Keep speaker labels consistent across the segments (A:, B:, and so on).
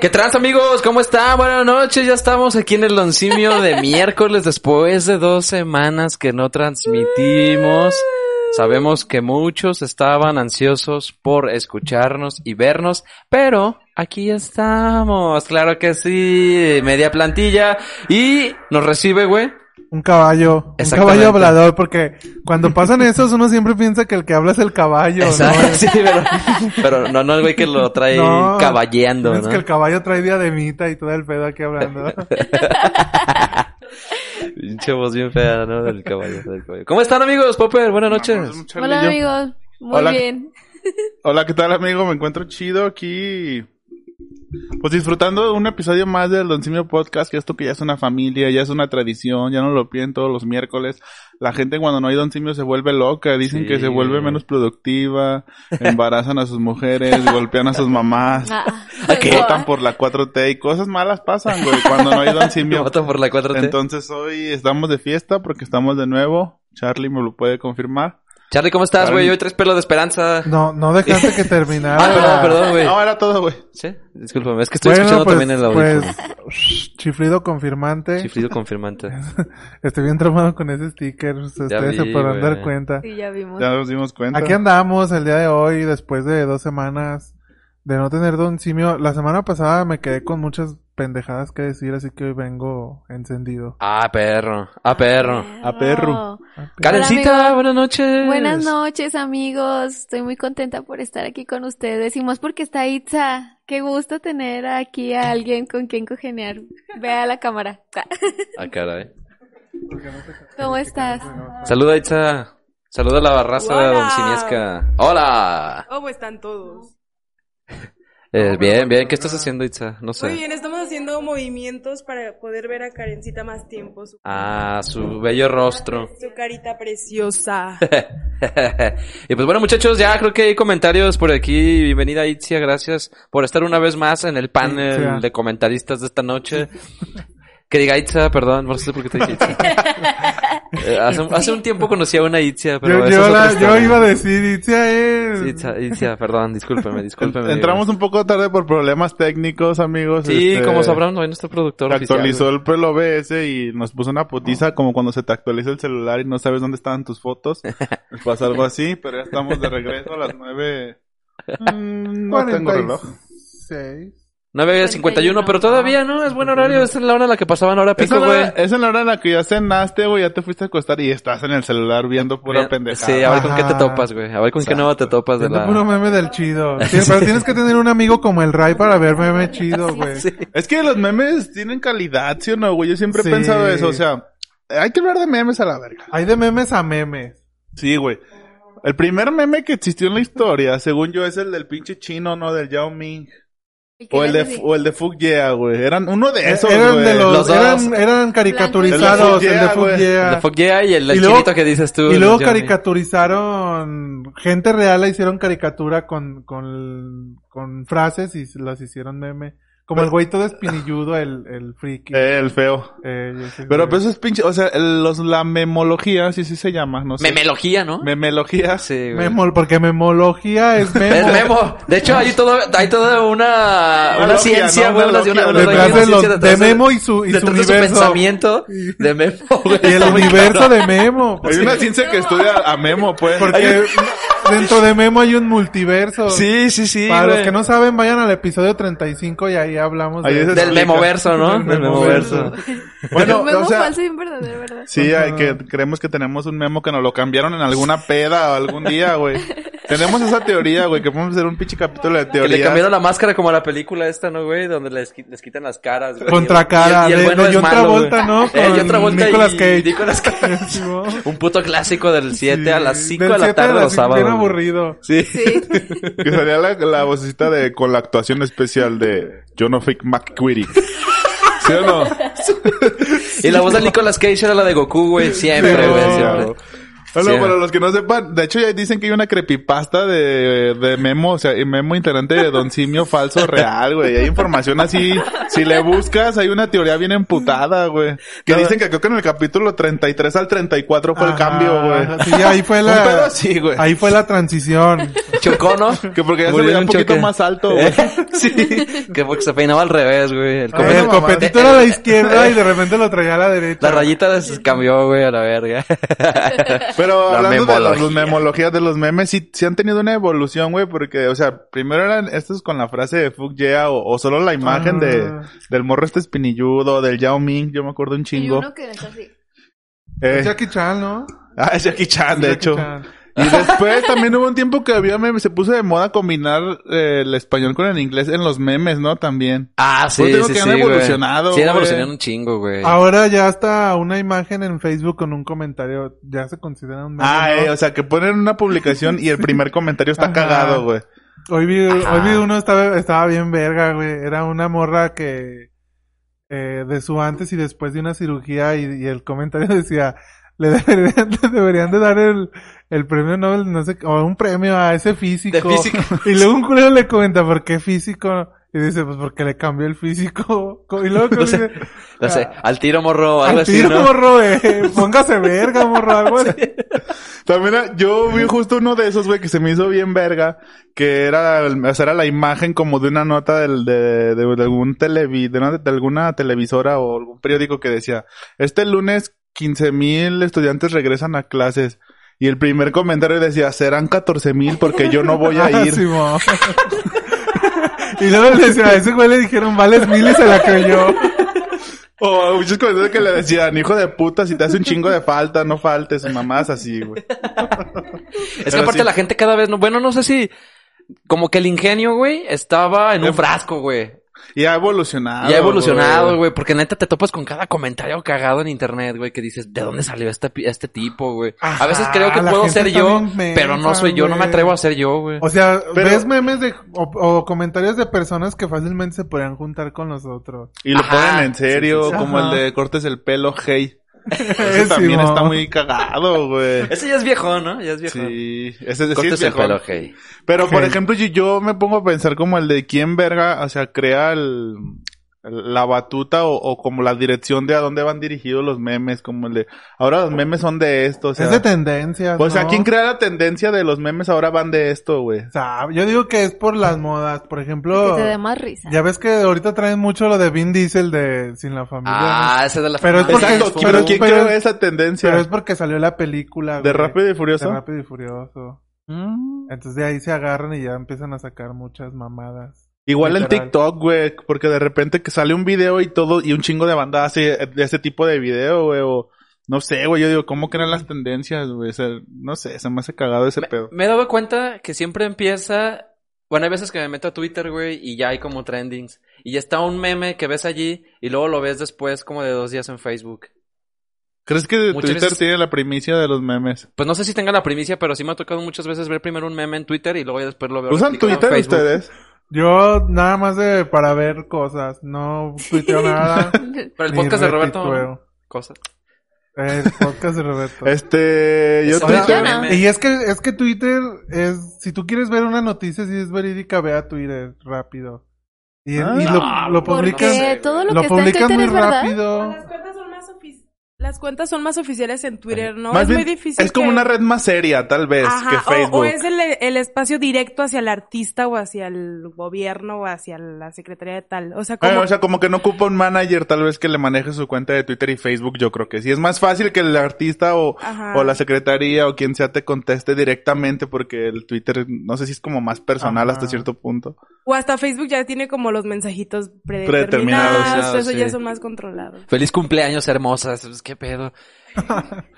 A: ¿Qué trans amigos? ¿Cómo están? Buenas noches, ya estamos aquí en el Loncimio de miércoles después de dos semanas que no transmitimos. Sabemos que muchos estaban ansiosos por escucharnos y vernos, pero aquí estamos, claro que sí, media plantilla y nos recibe, güey.
B: Un caballo, un
A: Exactamente.
B: caballo hablador, porque cuando pasan esos uno siempre piensa que el que habla es el caballo,
A: Exacto,
B: ¿no?
A: sí, pero, pero no, no es güey que lo trae
B: No,
A: caballeando,
B: Es
A: ¿no?
B: que el caballo trae diademita y todo el pedo aquí hablando.
A: Pinche voz bien fea, ¿no? Del caballo, del caballo. ¿Cómo están amigos, Popper? Buenas noches.
C: Hola amigos, muy
D: Hola.
C: bien.
D: Hola, ¿qué tal, amigo? Me encuentro chido aquí. Pues disfrutando de un episodio más del Don Simio Podcast, que esto que ya es una familia, ya es una tradición, ya no lo piden todos los miércoles. La gente cuando no hay Don Simio se vuelve loca, dicen
A: Sí,
D: que se vuelve
A: güey.
D: menos productiva, embarazan a sus mujeres, golpean a sus mamás,
C: Ah,
D: votan por la 4T y cosas malas pasan, güey, cuando no hay Don
A: Me
D: Simio.
A: votan por la 4T.
D: Entonces hoy estamos de fiesta porque estamos de nuevo. Charlie me lo puede confirmar.
A: Charlie, ¿cómo estás, güey?
D: Charlie.
A: Hoy tres pelos de esperanza.
B: No, no dejaste que terminara.
A: Ah, perdón, perdón, güey.
D: No, era todo, güey.
A: Sí, discúlpame, es que estoy
B: Bueno,
A: escuchando
B: pues-
A: también el audio.
B: pues, chiflido confirmante.
A: Chiflido confirmante.
B: Estoy bien traumado con ese sticker, ustedes se
A: vi,
B: podrán dar
A: güey.
B: cuenta.
C: Sí, ya vimos.
D: Ya nos dimos cuenta.
B: Aquí andamos el día de hoy, después de dos semanas de no tener Don Simio. La semana pasada me quedé con muchas pendejadas que decir, así que hoy vengo encendido. Ah,
A: Ah, perro. Ah, perro. Pues
D: A perro.
A: Karencita,
C: amigo.
A: buenas noches.
C: Buenas noches amigos, estoy muy contenta por estar aquí con ustedes y más porque está Itza. Qué gusto tener aquí a alguien con quien cogenear. Ve a la cámara.
A: Ah, caray.
C: ¿Cómo estás?
A: Saluda, Itza. Saluda a la barraza de
E: Hola.
A: Don Siniesca. ¡Hola!
E: ¿Cómo están todos?
A: Eh, bien, bien. ¿Qué estás haciendo, Itza? No
E: Muy
A: sé.
E: bien, estamos haciendo movimientos para poder ver a Karencita más tiempo. Su,
A: Ah, su bello rostro.
E: su carita preciosa.
A: y pues bueno, muchachos, ya creo que hay comentarios por aquí. Bienvenida, Itzia. Gracias por estar una vez más en el panel
B: Itzia.
A: de comentaristas de esta noche. Que diga Itzia, perdón, no sé por qué te dije Itzia. Eh, hace, hace un tiempo conocí a una Itzia, pero
B: Yo,
A: esa
B: yo
A: es otra
B: la- yo
A: historia.
B: iba a decir, Itzia es...
A: Itzia, Itzia, perdón, discúlpeme, discúlpeme.
D: Entramos un poco tarde por problemas técnicos, amigos.
A: Sí,
D: Este,
A: como sabrán, hoy nuestro
D: se
A: productor oficial.
D: actualizó el pelo OBS y nos puso una putiza como cuando se te actualiza el celular y no sabes dónde estaban tus fotos. Nos pasó algo así, pero ya estamos de regreso a las nueve. Mm, no tengo reloj.
B: 46.
A: 9.51, pero todavía no, es buen horario, es la hora en la que pasaban ahora
D: Esa
A: pico, güey.
D: hora- esa es la hora en la que ya cenaste, güey, ya te fuiste a acostar y estás en el celular viendo pura
A: Mira,
D: pendejada.
A: Eh, Sí, a ver con qué te
B: Ajá.
A: topas, güey. A ver con qué nueva te topas de
B: Siento
A: la...
B: puro meme del chido. Sí, pero tienes que tener un amigo como el Ray para ver meme chido, güey.
A: Sí.
D: Es que los memes tienen calidad, ¿sí o no, güey? Yo siempre
B: Sí.
D: he pensado eso, o sea, hay que hablar de memes a la verga.
B: Hay de memes a memes.
D: Sí, güey. El primer meme que existió en la historia, según yo, es el del pinche chino, ¿no? Del Yao Ming.
C: qué
D: O el de,
C: les-
D: o el de Fuck Yeah, güey. Eran uno de esos,
B: Eh, eran
D: güey.
B: de los,
A: Los dos.
B: eran, eran caricaturizados,
D: El de
B: el de
D: Fuck
B: Fuck
D: Yeah,
A: El
B: Yeah.
A: de Fuck Yeah y el
B: Y
A: del
B: luego-
A: chinito que dices tú.
B: Y
A: el
B: luego
A: Johnny.
B: caricaturizaron gente real, la hicieron caricatura con, con, con frases y las hicieron meme. Como el güey todo espinilludo, el, el friki.
D: Eh, el feo.
B: Eh, y ese
D: Pero
B: güey.
D: pues eso es pinche, o sea, el- los, la memología, sí, sí se llama, no sé.
A: Memelogía, ¿no?
D: Memelogía.
A: Sí, güey.
B: Memol, porque memología es memo.
A: Es memo. De hecho, hay todo, hay toda una, una
D: Memología,
A: ciencia,
D: ¿no?
A: güey. Una, una,
D: Memología,
A: una- una
D: memología.
B: Detrás de, los-
A: ciencia
B: de
A: detrás de-
B: memo y su, y su
A: detrás de su
B: universo. Y
A: pensamiento de memo, güey.
B: el
A: Está muy
B: universo
A: cabrón.
B: de memo.
D: Hay una ciencia que estudia a Memo, pues.
B: Porque dentro de memo hay un multiverso.
A: Sí, sí, sí,
B: Para los
A: güey.
B: que no saben, vayan al episodio 35 y ahí hablamos
D: Ahí
B: de...
D: es el-
A: Del memoverso, ¿no?
B: Del
A: Del
B: memoverso.
A: memoverso.
D: Bueno,
C: Un memo
D: o sea,
C: falso y un verdadero, ¿verdad?
D: Sí, hay que creemos que tenemos un memo que nos lo cambiaron en alguna peda o algún día, güey. tenemos esa teoría, güey, que podemos hacer un pinche capítulo de
A: Que
D: teoría.
A: le cambiaron la máscara como a la película esta, ¿no, güey? Donde les, qui- les quitan las caras, güey.
B: Contracara,
A: Y el- y el
B: de-
A: bueno
B: de
A: es
B: John
A: malo, güey.
B: Travolta, ¿no?
A: Eh, John
B: Con
A: Travolta
B: Nicolas
A: y
B: Cage.
A: Nicolas Cage. Un puto clásico del 7 a las 5 de la tarde los sábados.
B: sábado. Bien
A: güey.
B: aburrido.
A: Sí.
C: Sí.
D: Que salía la, la vocecita de, con la actuación especial de John Fake McQuitty. ¿Sí o no?
A: Y la voz de Nicolas Cage era la de Goku, güey. Siempre,
B: Sí,
A: güey,
B: no.
A: siempre.
D: Bueno,
A: Sí.
D: para los que no sepan, de hecho ya dicen que hay una creepypasta de, de Memo, o sea, y Memo integrante de Don Simio falso real, güey. Hay información así, si le buscas, hay una teoría bien emputada, güey. Que dicen que creo que en el capítulo 33 al 34 fue el
B: Ajá,
D: cambio, güey.
B: Sí, ahí fue
D: Un pedo
B: la...
D: así, güey.
B: Ahí fue la transición.
A: chocó, ¿no?
D: Que porque ya se
A: Murió en
D: veía un
A: un
D: poquito
A: choque.
D: más alto, güey.
A: sí, que porque se peinaba al revés, güey. El
B: Ah, el
A: copete-
B: copetito era a la izquierda y de repente lo traía a la derecha.
A: La rayita se cambió, güey, a la verga.
D: Pero
A: La
D: hablando de las
A: memología.
D: memologías de los memes, sí, sí han tenido una evolución, güey, porque, o sea, primero eran estos con la frase de fuck yeah o, o solo la imagen
B: Ah.
D: de, del morro este espinilludo, del Yao Ming, yo me acuerdo un
C: Y
D: chingo.
C: uno que es así.
D: Eh,
B: Es Jackie Chan, ¿no?
D: ah, es Jackie Chan, de
B: Jackie
D: hecho.
B: Chan.
D: Y después también hubo un tiempo que había memes, se puso de moda combinar eh, el español con el inglés en los memes, ¿no? También.
A: Ah, sí,
D: Pues digo
A: sí,
D: que
A: sí,
D: han
A: güey.
D: evolucionado,
A: Sí, han
D: güey.
A: evolucionado un chingo, güey.
B: Ahora ya está una imagen en Facebook con un comentario. Ya se considera un meme,
D: Ah,
B: ¿no?
D: eh, o sea, que ponen una publicación y el primer comentario está
B: Ajá.
D: cagado, güey.
B: Hoy vi,
A: Ajá.
B: hoy vi uno, estaba, estaba bien verga, güey. Era una morra que... eh, de su antes y después de una cirugía y, y el comentario decía... Le deberían, le deberían de dar el, el premio Nobel, no sé, o un premio a ese físico.
A: De físico.
B: Y luego un culero le comenta, ¿por qué físico? Y dice, pues porque le cambió el físico. Y luego que
A: No sé,
B: dice,
A: No sé, al tiro morro, algo
B: al
A: así,
B: tiro,
A: ¿no?
B: morro, eh, póngase verga, morro, algo así.
D: También eh, yo vi justo uno de esos, güey, que se me hizo bien verga, que era, o sea, era la imagen como de una nota del, de, de, de algún televi, de, una- de alguna televisora o algún periódico que decía, este lunes 15 mil estudiantes regresan a clases. Y el primer comentario decía, serán 14 mil porque yo no voy a
B: Ah,
D: ir.
B: Simón. y luego le decía, a ese güey le dijeron, vales mil y se la creyó.
D: O muchos comentarios que le decían, hijo de puta, si te hace un chingo de falta, no faltes, mamás así, güey.
A: Es que
D: Pero
A: aparte
D: sí.
A: la gente cada vez, no, bueno, no sé si, como que el ingenio, güey, estaba en un frasco, güey.
D: Y ha evolucionado.
A: Ya ha evolucionado, güey, porque neta te topas con cada comentario cagado en internet, güey, que dices, ¿de dónde salió este, pi- este tipo, güey?
B: Ajá,
A: A veces creo que
B: la
A: puedo
B: gente
A: ser
B: está
A: yo,
B: bien mensa,
A: pero no soy yo, no me
B: güey.
A: atrevo a ser yo, güey.
B: O sea,
D: Pero-
B: ves memes de, o, o comentarios de personas que fácilmente se podrían juntar con nosotros.
D: Y lo
A: Ajá.
D: ponen en serio,
B: Sí, sí, sí.
D: como
B: Ajá.
D: el de cortes el pelo, hey. Ese también
B: Simón.
D: está muy cagado, güey.
A: Ese ya es viejo, ¿no? Ya es viejo.
D: Sí, ese sí
A: Cortes
D: es
A: el
D: viejón.
A: pelo, hey.
D: Pero por
B: Hey.
D: ejemplo, yo, yo me pongo a pensar como el de quién verga, o sea, crea el, el- la batuta o, o como la dirección de a dónde van dirigidos los memes, como el de ahora los memes son de esto, o sea,
B: es de tendencias.
D: o sea,
B: ¿no?
D: quién crea la tendencia de los memes ahora van de esto, güey.
B: O sea, yo digo que es por las modas. Por ejemplo,
C: Que te dé más risa.
B: ya ves que ahorita traen mucho lo de Vin Diesel de Sin la Familia.
A: Ah, ese de la
B: Pero es
A: familia.
B: porque-
D: Exacto,
B: es-
D: pero quién
B: pero-
D: creó esa tendencia
B: Pero es porque salió la película.
D: de
B: güey,
D: Rápido y
B: de
D: Furioso.
B: Rápido y Furioso.
A: Mm.
B: Entonces de ahí se agarran y ya empiezan a sacar muchas mamadas.
D: Igual en
B: Literal.
D: TikTok, güey, porque de repente que sale un video y todo, y un chingo de banda hace de ese tipo de video, güey, o no sé, güey, yo digo, ¿cómo crean las tendencias, güey? O sea, no sé, se me hace cagado ese pedo.
A: Me he dado cuenta que siempre empieza. Bueno, hay veces que me meto a Twitter, güey, y ya hay como trendings. Y ya está un meme que ves allí y luego lo ves después como de dos días en Facebook.
D: ¿Crees que
A: Muchas
D: Twitter
A: veces-
D: tiene la primicia de los memes?
A: Pues no sé si tengan la primicia, pero sí me ha tocado muchas veces ver primero un meme en Twitter y luego ya después lo veo.
D: ¿Usan
A: replicado en
D: Twitter
A: Facebook.
D: ustedes?
B: Yo nada más de para ver cosas, no tuiteo nada.
A: Pero el
B: ni
A: podcast de Roberto.
B: retuiteo.
A: Cosas.
B: Eh, El podcast de Roberto.
D: Este, yo
A: Eso
C: Oye,
D: Twitter-
C: ya no.
B: Y es que es que Twitter es si tú quieres ver una noticia si es verídica ve a Twitter rápido. Y,
D: Ah,
B: y
A: no,
B: lo, lo
A: ¿por
B: publican
A: qué?
C: Porque todo lo,
B: lo
C: que está en
B: publican
C: Twitter
B: muy
C: es verdad.
B: rápido.
E: Las cuentas son más ofici- Las cuentas son más oficiales en Twitter, ¿no?
D: Más
E: es
D: bien,
E: muy difícil.
D: es como
E: que-
D: una red más seria, tal vez,
E: Ajá,
D: que
E: o-
D: Facebook.
E: O, es el, el espacio directo hacia el artista o hacia el gobierno o hacia la secretaría de tal. O sea, como...
D: Ah, o sea, como que no ocupa un manager tal vez que le maneje su cuenta de Twitter y Facebook, yo creo que sí. Es más fácil que el artista o,
E: Ajá.
D: o la secretaría o quien sea te conteste directamente porque el Twitter, no sé si es como más personal
B: Ajá.
D: hasta cierto punto.
E: o hasta Facebook ya tiene como los mensajitos predeterminados.
D: Predeterminados,
E: eso
A: sí.
E: ya son más controlados.
A: Feliz cumpleaños, hermosas. Pues, ¿Qué pedo?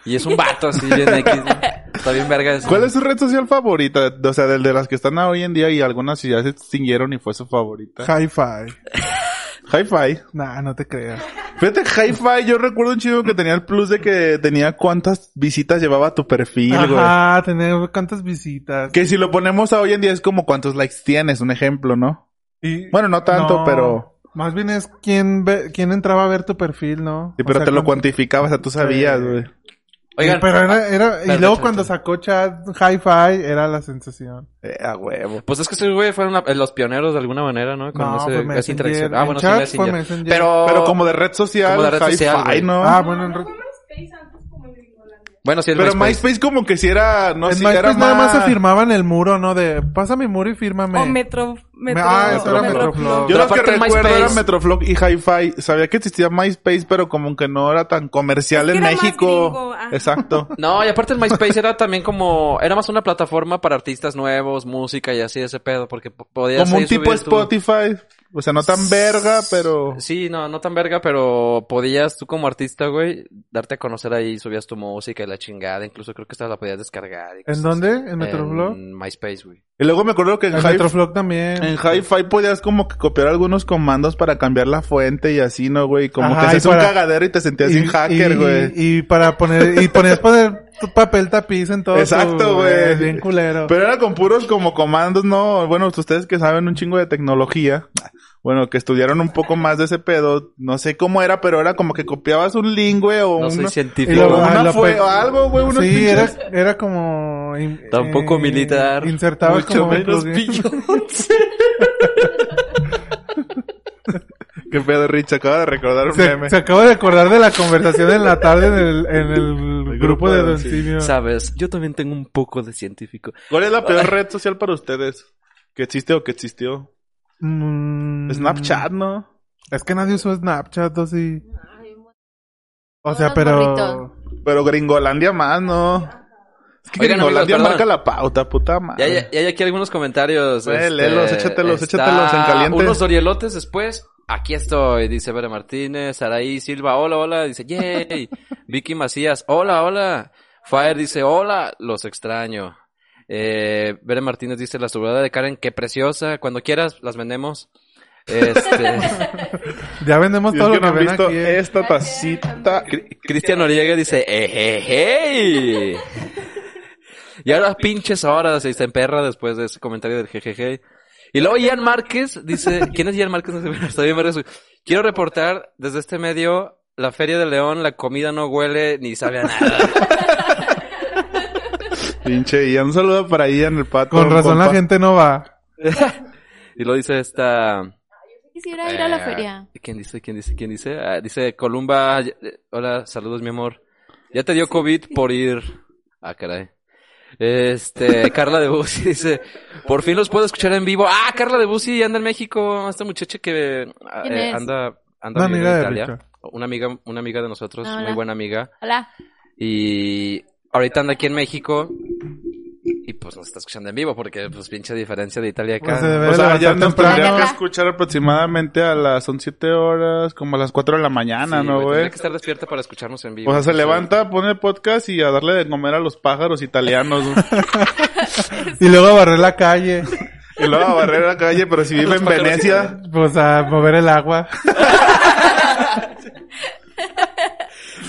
A: Y es un vato así bien X. ¿no? Está bien verga eso.
D: ¿Cuál es su red social favorita? O sea, del de las que están hoy en día y algunas ya se extinguieron y fue su favorita.
B: Hi-Fi.
D: Hi-Fi.
B: Nah, no te creas.
D: Fíjate, Hi-Fi, yo recuerdo un chico que tenía el plus de que tenía cuántas visitas llevaba a tu perfil, güey.
B: Ajá, tener cuántas visitas.
D: Que si lo ponemos a hoy en día es como cuántos likes tienes, un ejemplo, ¿no?
B: Y-
D: Bueno, no tanto, pero...
B: Más bien es quién ve, quién entraba a ver tu perfil, ¿no?
D: Sí,
B: O
D: pero
B: sea,
D: te lo
B: cuando-
D: cuantificabas, o sea, tú sabías,
B: Sí.
D: güey.
A: Oigan,
B: Sí, pero era, era, y
A: Espérate,
B: luego
A: espérate.
B: cuando sacó chat hi-fi era la sensación.
D: Eh, a huevo.
A: Pues es que esos güey fueron la- los pioneros de alguna manera, ¿no? Con
B: No,
A: ese-
B: fue
A: esa
B: Messenger.
A: interacción. Ah,
B: En
A: bueno, sí,
B: chat
A: Messenger.
B: fue Messenger.
A: Pero,
D: Pero como de red social,
A: Como de red
D: hi-fi,
A: social, güey.
D: ¿no?
B: Ah, bueno, en re-
E: Space antes como en Gringolandia.
A: Bueno, sí, el
D: Pero
A: MySpace.
D: MySpace como que si era, no
B: en
D: sé,
B: MySpace
D: era más...
B: nada más afirmaban el muro, ¿no? De, pasa mi muro y fírmame.
E: O Metro... metro
B: ah, eso
A: era
E: Metroflog.
B: Metroflog.
D: Yo
A: Pero
D: lo que
A: aparte
D: recuerdo
A: MySpace-
D: era Metroflog y Hi-Fi. Sabía que existía MySpace, pero como que no era tan comercial
E: Es que
D: en
E: era más
D: México.
E: gringo, ah. ajá.
D: Exacto.
A: No, y aparte el MySpace era también como, era más una plataforma para artistas nuevos, música y así ese pedo, porque po- podías
D: como un
A: ahí
D: tipo
A: subir tu-
D: Spotify. O sea, no tan verga, pero...
A: Sí, no, no tan verga, pero podías tú como artista, güey, darte a conocer ahí, subías tu música y la chingada, incluso creo que esta la podías descargar. y
B: ¿En
A: cosas
B: dónde?
A: así.
B: ¿En Metroflog?
A: En MySpace, güey.
D: Y luego me acuerdo que en
B: En
D: Hi-Fi...
B: Metroflog también.
D: En Hi-Fi podías como que copiar algunos comandos para cambiar la fuente y así, ¿no, güey? Como
B: Ajá,
D: que
B: y
D: hacías un
B: para-
D: cagadero y te sentías
B: Y-
D: bien hacker,
B: y-
D: güey.
B: Y, para poner, y ponías poner tu papel tapiz en todo.
D: Exacto,
B: tu- eh,
D: güey.
B: Bien culero.
D: Pero era con puros como comandos, ¿no? Bueno, ustedes que saben un chingo de tecnología, bueno, que estudiaron un poco más de ese pedo, no sé cómo era, pero era como que copiabas un link, güey, o
A: No
D: un...
A: soy
D: y
A: científico.
B: Y luego-
D: luego una
B: ah, la
D: fue
B: pe-
D: o algo, güey, unos
B: sí,
D: pinches-
B: era, era como... in- eh,
A: Tampoco militar.
B: Insertabas
D: Mucho
B: como... un
D: menos
B: plugin.
A: Billions.
D: Qué pedo, Rich, acaba de recordar un meme.
B: Se, se acaba de acordar de la conversación en la tarde en el, en el
D: El
B: grupo de Don
D: sí.
B: Simio.
A: Sabes, yo también tengo un poco de científico.
D: ¿Cuál es la peor red social para ustedes? ¿Que existe o que existió?
B: Mm,
D: Snapchat, ¿no?
B: Es que nadie usó Snapchat, o sí. O sea,
C: Unos
B: pero...
C: gorritos.
D: Pero Gringolandia más, ¿no? Es que
A: Oigan, amigos,
D: Gringolandia
A: perdón.
D: marca la pauta, puta madre.
A: Ya, ya, ya hay aquí algunos comentarios. este,
D: Güey, léelos, échatelos, échatelos en caliente.
A: Unos Dorielotes después. Aquí estoy, dice Vera Martínez, Araí Silva, hola, hola, dice, yay. Vicky Macías, hola, hola. Fire dice, hola, los extraño. Eh, Vera Martínez dice, la sobrada de Karen, qué preciosa. Cuando quieras, las vendemos. Este,
B: Ya vendemos
D: Y es
B: todo
D: que
B: lo que
D: no han
B: ven
D: visto
B: aquí. eh.
D: esta tacita.
A: Cri- Cristian Noriega dice, "Eh, ¡ejejey! Y ahora pinches ahora se dice en perra después de ese comentario del jejeje. Y luego Ian Márquez dice, ¿quién es Ian Márquez? No sé, pero está bien verga su- Quiero reportar desde este medio la Feria de León, la comida no huele ni sabe a nada.
D: Pinche Ian, un saludo para Ian el pato.
B: Con razón la
D: compa.
B: gente no va.
A: Y lo dice esta...
C: Quisiera Ah, ir a la
A: eh,
C: feria.
A: ¿Quién dice? ¿Quién dice? ¿Quién dice? Ah, dice Columba, ya- eh, hola, saludos mi amor. Ya te dio COVID por ir. Ah, caray. Este, Carla de Busi dice, por fin los puedo escuchar en vivo. Ah, Carla de Busi anda en México, esta muchacha que ah,
C: ¿Quién
A: eh,
C: es?
A: anda, anda
B: Una
A: viviendo
B: amiga
A: en
B: de
A: Italia.
B: Richo.
A: Una amiga, una amiga de nosotros,
C: Ah,
A: muy
C: hola.
A: buena amiga.
C: Hola.
A: Y ahorita anda aquí en México. Y pues nos está escuchando en vivo porque pues pinche diferencia de Italia acá.
B: Pues se debe
D: O sea,
B: levantar
D: ya nos tendría
B: temprano.
D: que escuchar aproximadamente a las son siete horas, como a las 4 de la mañana,
A: Sí,
D: ¿no,
A: güey, tendría
D: güey?
A: que estar despierta para escucharnos en vivo.
D: O sea, se
A: Entonces,
D: levanta, pone el podcast y a darle de comer a los pájaros italianos.
B: Y luego barrer la calle.
D: y luego a barrer la calle, pero si vive en
A: pájaros
D: Venecia,
B: Pues a mover el agua.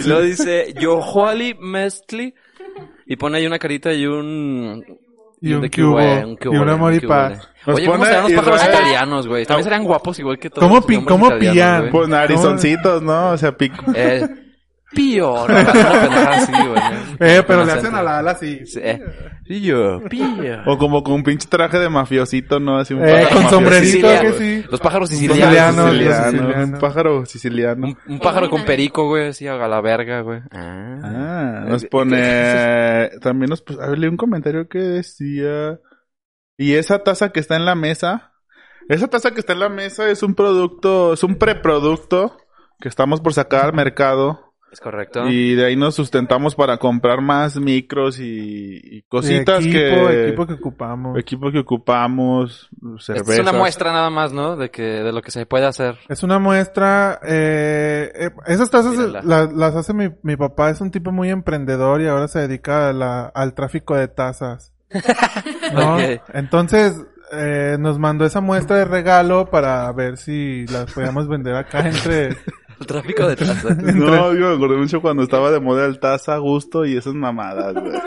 A: Lo dice Yohuali Mestli. Y pone ahí una carita y un...
B: Y un
A: de que
B: cubo.
A: huele, un que
B: Y
A: huele,
B: un amor
A: un
B: y
A: que
B: paz.
A: huele. Oye,
D: Nos
A: ¿cómo
D: pone
A: serán los pájaros
D: Israel.
A: italianos, güey? También serán guapos igual que todos.
B: ¿Cómo
A: los
B: pi-
A: hombres
B: cómo
A: italianos,
B: pillan?
A: güey.
D: pues narizoncitos, ¿no? O sea, pico.
A: Eh, pío. no, una pendejada así, güey.
B: Eh, pero
A: Con
B: le
A: acento.
B: hacen a la ala así.
A: Sí, eh. Pío, pío.
D: O como con un pinche traje de mafiosito, ¿no? Así un
B: Eh,
D: pájaro
B: con
D: mafiosito.
B: sombrerito,
A: Sicilia,
B: que
A: güey.
B: sí.
A: Los pájaros
D: Siciliano,
A: sicilianos. güey.
B: Italiano,
D: siciliano,
B: siciliano.
D: Un pájaro siciliano.
A: Un, un pájaro con perico, güey, así a la verga, güey. Ah.
D: Ah, nos pone. También nos. pus- A ver, leí un comentario que decía. Y esa taza que está en la mesa. Esa taza que está en la mesa es un producto. Es un preproducto que estamos por sacar al mercado.
A: Es correcto.
D: Y de ahí nos sustentamos para comprar más micros y, y cositas
B: equipo,
D: que.
B: Equipo que ocupamos.
D: equipo que ocupamos. Cerveza.
A: Esta es una muestra nada más, ¿no? De que de lo que se puede hacer.
B: Es una muestra. Eh, eh, esas tazas
A: Mírala.
B: la- las hace mi, mi papá. Es un tipo muy emprendedor y ahora se dedica a la- al tráfico de tazas. ¿No?
A: Ok.
B: Entonces eh, nos mandó esa muestra de regalo para ver si las podíamos vender acá entre.
A: El tráfico de tazas.
D: No, yo me acordé mucho cuando estaba de moda el taza, gusto y esas mamadas, güey.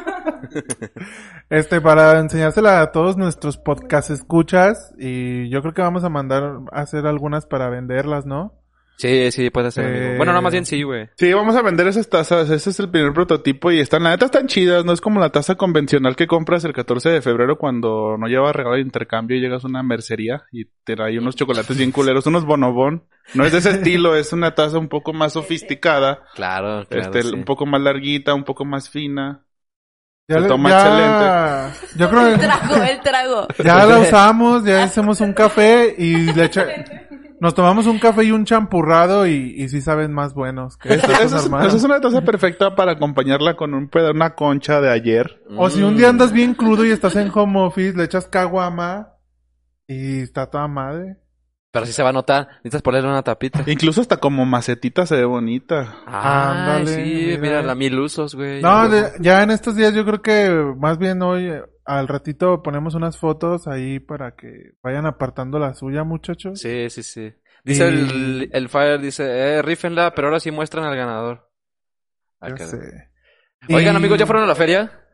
B: Este, para enseñársela a todos nuestros podcast escuchas. Y yo creo que vamos a mandar a hacer algunas para venderlas, ¿no?
A: Sí, sí, puede ser,
B: Eh.
A: amigo. Bueno, no, más bien sí, güey.
D: Sí, vamos a vender esas tazas. Ese es el primer prototipo y están, la neta, están chidas. No es como la taza convencional que compras el 14 de febrero cuando no llevas regalo de intercambio y llegas a una mercería y te trae unos chocolates bien culeros, unos bonobón. No es de ese estilo, es una taza un poco más sofisticada,
A: Claro, claro.
D: este,
A: sí.
D: un poco más larguita, un poco más fina.
B: Ya
D: Se
B: le-
D: toma
B: ya- Yo creo
C: El
B: que
C: trago, el trago.
B: ya la usamos, ya hacemos un café y le echa- nos tomamos un café y un champurrado y, y sí saben más buenos que
D: Esa
B: estos
D: esa es,
B: hermanos.
D: esa es una taza perfecta para acompañarla con un peda- una concha de ayer.
B: O si un día andas bien crudo y estás en home office, le echas caguama y está toda madre.
A: Pero sí se va a notar. Necesitas ponerle una tapita.
D: Incluso hasta como macetita se ve bonita.
A: Ah,
B: Ándale,
A: sí,
B: mira.
A: mira. la mil usos, güey.
B: No, de- ya en estos días yo creo que más bien hoy eh, al ratito ponemos unas fotos ahí para que vayan apartando la suya, muchachos.
A: Sí, sí, sí. Dice
B: Y-
A: el, el Fire, dice, eh, rífenla, pero ahora sí muestran al ganador. Ah,
B: Ya
A: caray.
B: sé.
A: Oigan,
B: Y-
A: amigos, ¿ya fueron a la feria?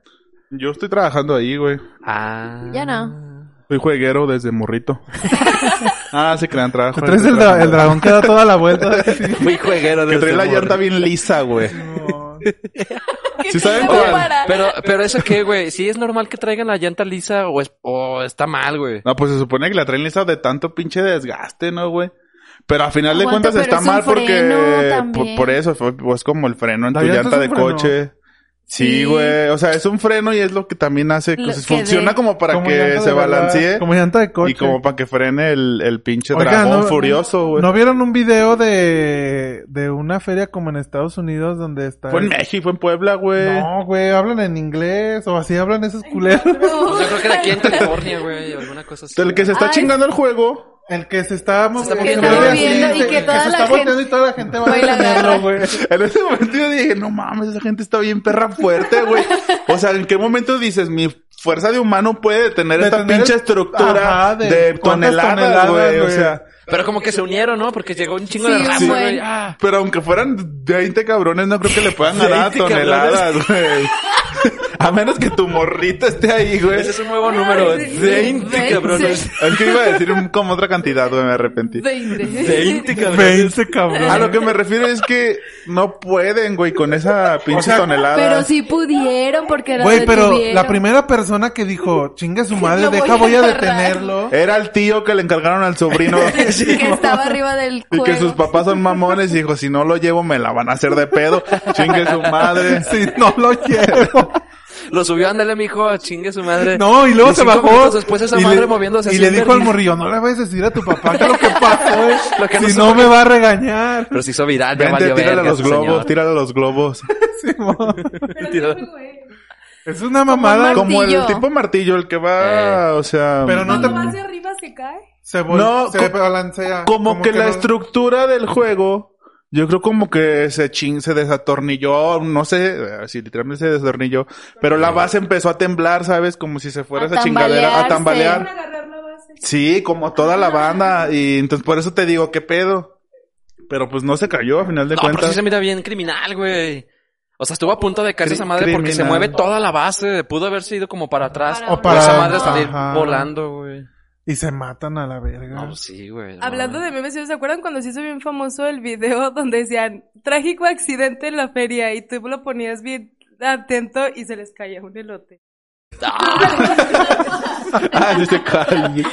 D: Yo estoy trabajando ahí, güey.
A: Ah.
C: Ya no.
D: Soy jueguero desde morrito. ah, se crean trabajo.
B: Te traes el, dra- el dragón que da toda la vuelta.
A: Muy jueguero
D: Que
A: desde
D: trae la
A: morro.
D: llanta bien lisa, güey.
C: ¿Qué
D: saben
C: no
D: cuál,
C: para?
A: Pero, pero eso qué, güey, ¿sí es normal que traigan la llanta lisa o, es, o está mal, güey?
D: No, pues se supone que la traen lisa de tanto pinche desgaste, ¿no, güey? Pero a final de
C: Aguanta,
D: cuentas está
C: pero es un
D: mal porque...
C: freno
D: por-
C: también.
D: Por, eso, fue- pues como el freno en
B: La
D: tu
B: llanta
D: llanta
B: es
D: de
B: un freno.
D: coche. Sí,
C: Sí.
D: güey. O sea, es un freno y es lo que también hace...
C: Lo
D: pues,
C: que
D: funciona
C: dé.
D: como para
B: Como
D: que
B: llanta
D: se
B: de verdad,
D: balancee
B: Como llanta de coche.
D: y como pues, para que frene el, el pinche
B: Oiga,
D: dragón
B: no-
D: furioso, güey.
B: ¿No vieron un video de, de una feria como en Estados Unidos donde está...
D: fue en México, fue en Puebla, güey.
B: No, güey, hablan en inglés o así hablan esos culeros.
A: Pues yo creo que de aquí en California, güey, alguna cosa así.
D: El que se está
C: Ay.
D: chingando el juego...
B: El que se está mo-
A: está
B: el que
A: moviendo.
B: mueve así,
C: Moviendo y
B: se-
C: que toda
B: se
C: la
B: está volteando
C: gente-
B: y toda la gente va a
C: Baila,
B: detenerlo,
C: agarra.
B: güey.
D: En ese momento yo dije, no mames, esa gente está bien perra fuerte, güey. O sea, ¿en qué momento dices, mi fuerza de humano puede detener esta
B: Detener-
D: pinche estructura
B: Ajá,
D: de,
B: de cuántas
D: toneladas,
B: toneladas,
D: güey? O
B: güey.
D: sea,
A: Pero como que se unieron, ¿no? Porque llegó un chingo
C: Sí,
A: de
C: un
A: raza, güey.
C: buen.
A: Ah,
D: pero aunque fueran 20 cabrones, no creo que le puedan ganar a
A: 20 cabrones.
D: toneladas, güey. A menos que tu morrita esté ahí, güey.
A: ese es un nuevo número.
C: Ay, sí.
A: 20, cabrones.
D: Es que iba a decir un- como otra cantidad, güey, me arrepentí.
A: 20, cabrones.
B: 20 cabrón.
D: A lo que me refiero es que no pueden, güey, con esa pinche tonelada.
C: Pero sí pudieron porque lo
B: Güey, pero
C: detuvieron.
B: la primera persona que dijo, chinga su madre,
C: Lo voy
B: deja
C: a
B: voy a
C: agarrar".
B: detenerlo.
D: Era el tío que le encargaron al sobrino.
C: que estaba arriba del
D: Y
C: cuero.
D: que sus papás son mamones y dijo, si no lo llevo me la van a hacer de pedo. Chingue su madre.
B: Sí, no lo quiero.
A: Lo subió, ándale, mijo, chingue su madre.
B: No, y luego
A: Y
B: se
A: cinco
B: bajó.
A: minutos después esa
B: y
A: madre
B: le,
A: moviéndose
B: Y
A: así
B: le
A: en
B: dijo
A: vergüenza.
B: al morrillo, no le vayas a decir a tu papá que lo que pasó es,
A: Lo que no
B: si
A: se
B: no,
A: puede".
B: me va a regañar.
A: Pero se hizo viral, ya
D: Vente,
A: valió
D: tírale a
A: verga
D: los
A: ese
D: globos,
A: señor.
D: tírale a los globos.
B: Simón.
A: Tira-
B: Es una mamada.
C: Martín.
D: Como el
C: Martillo.
D: tipo martillo, el que
A: Eh.
D: va, o sea... mm,
B: Pero no te...
E: hacia arriba se cae?
B: Se, vol-
D: No,
B: se
D: co-
B: balancea.
D: Como, que, la
B: no-
D: estructura del juego, yo creo como que se chin, se desatornilló, no sé, eh, si literalmente se desatornilló, pero la base empezó a temblar, ¿sabes? Como si se fuera
C: A
D: esa chingadera a
C: tambalearse.
D: tambalear.
E: agarrar la base.
D: Sí, como toda la banda, y entonces por eso te digo, ¿qué pedo? Pero pues no se cayó a final de
A: No, pero
D: cuentas.
A: sí se mira bien criminal, güey. O sea, estuvo a punto de caerse
D: Cri-
A: esa madre porque se
D: criminal.
A: mueve toda la base. Pudo haber sido como para atrás.
C: Para
A: O
C: O
A: para
C: para-
A: esa madre salir
B: Ajá.
A: volando, güey.
B: Y se matan a la verga.
A: No, pues sí, güey. no
E: Hablando de
A: mames.
E: memes, ¿se acuerdan cuando se hizo bien famoso el video donde decían trágico accidente en la feria y tú lo ponías bien atento y se les caía un elote?
D: Ah, sí se cae.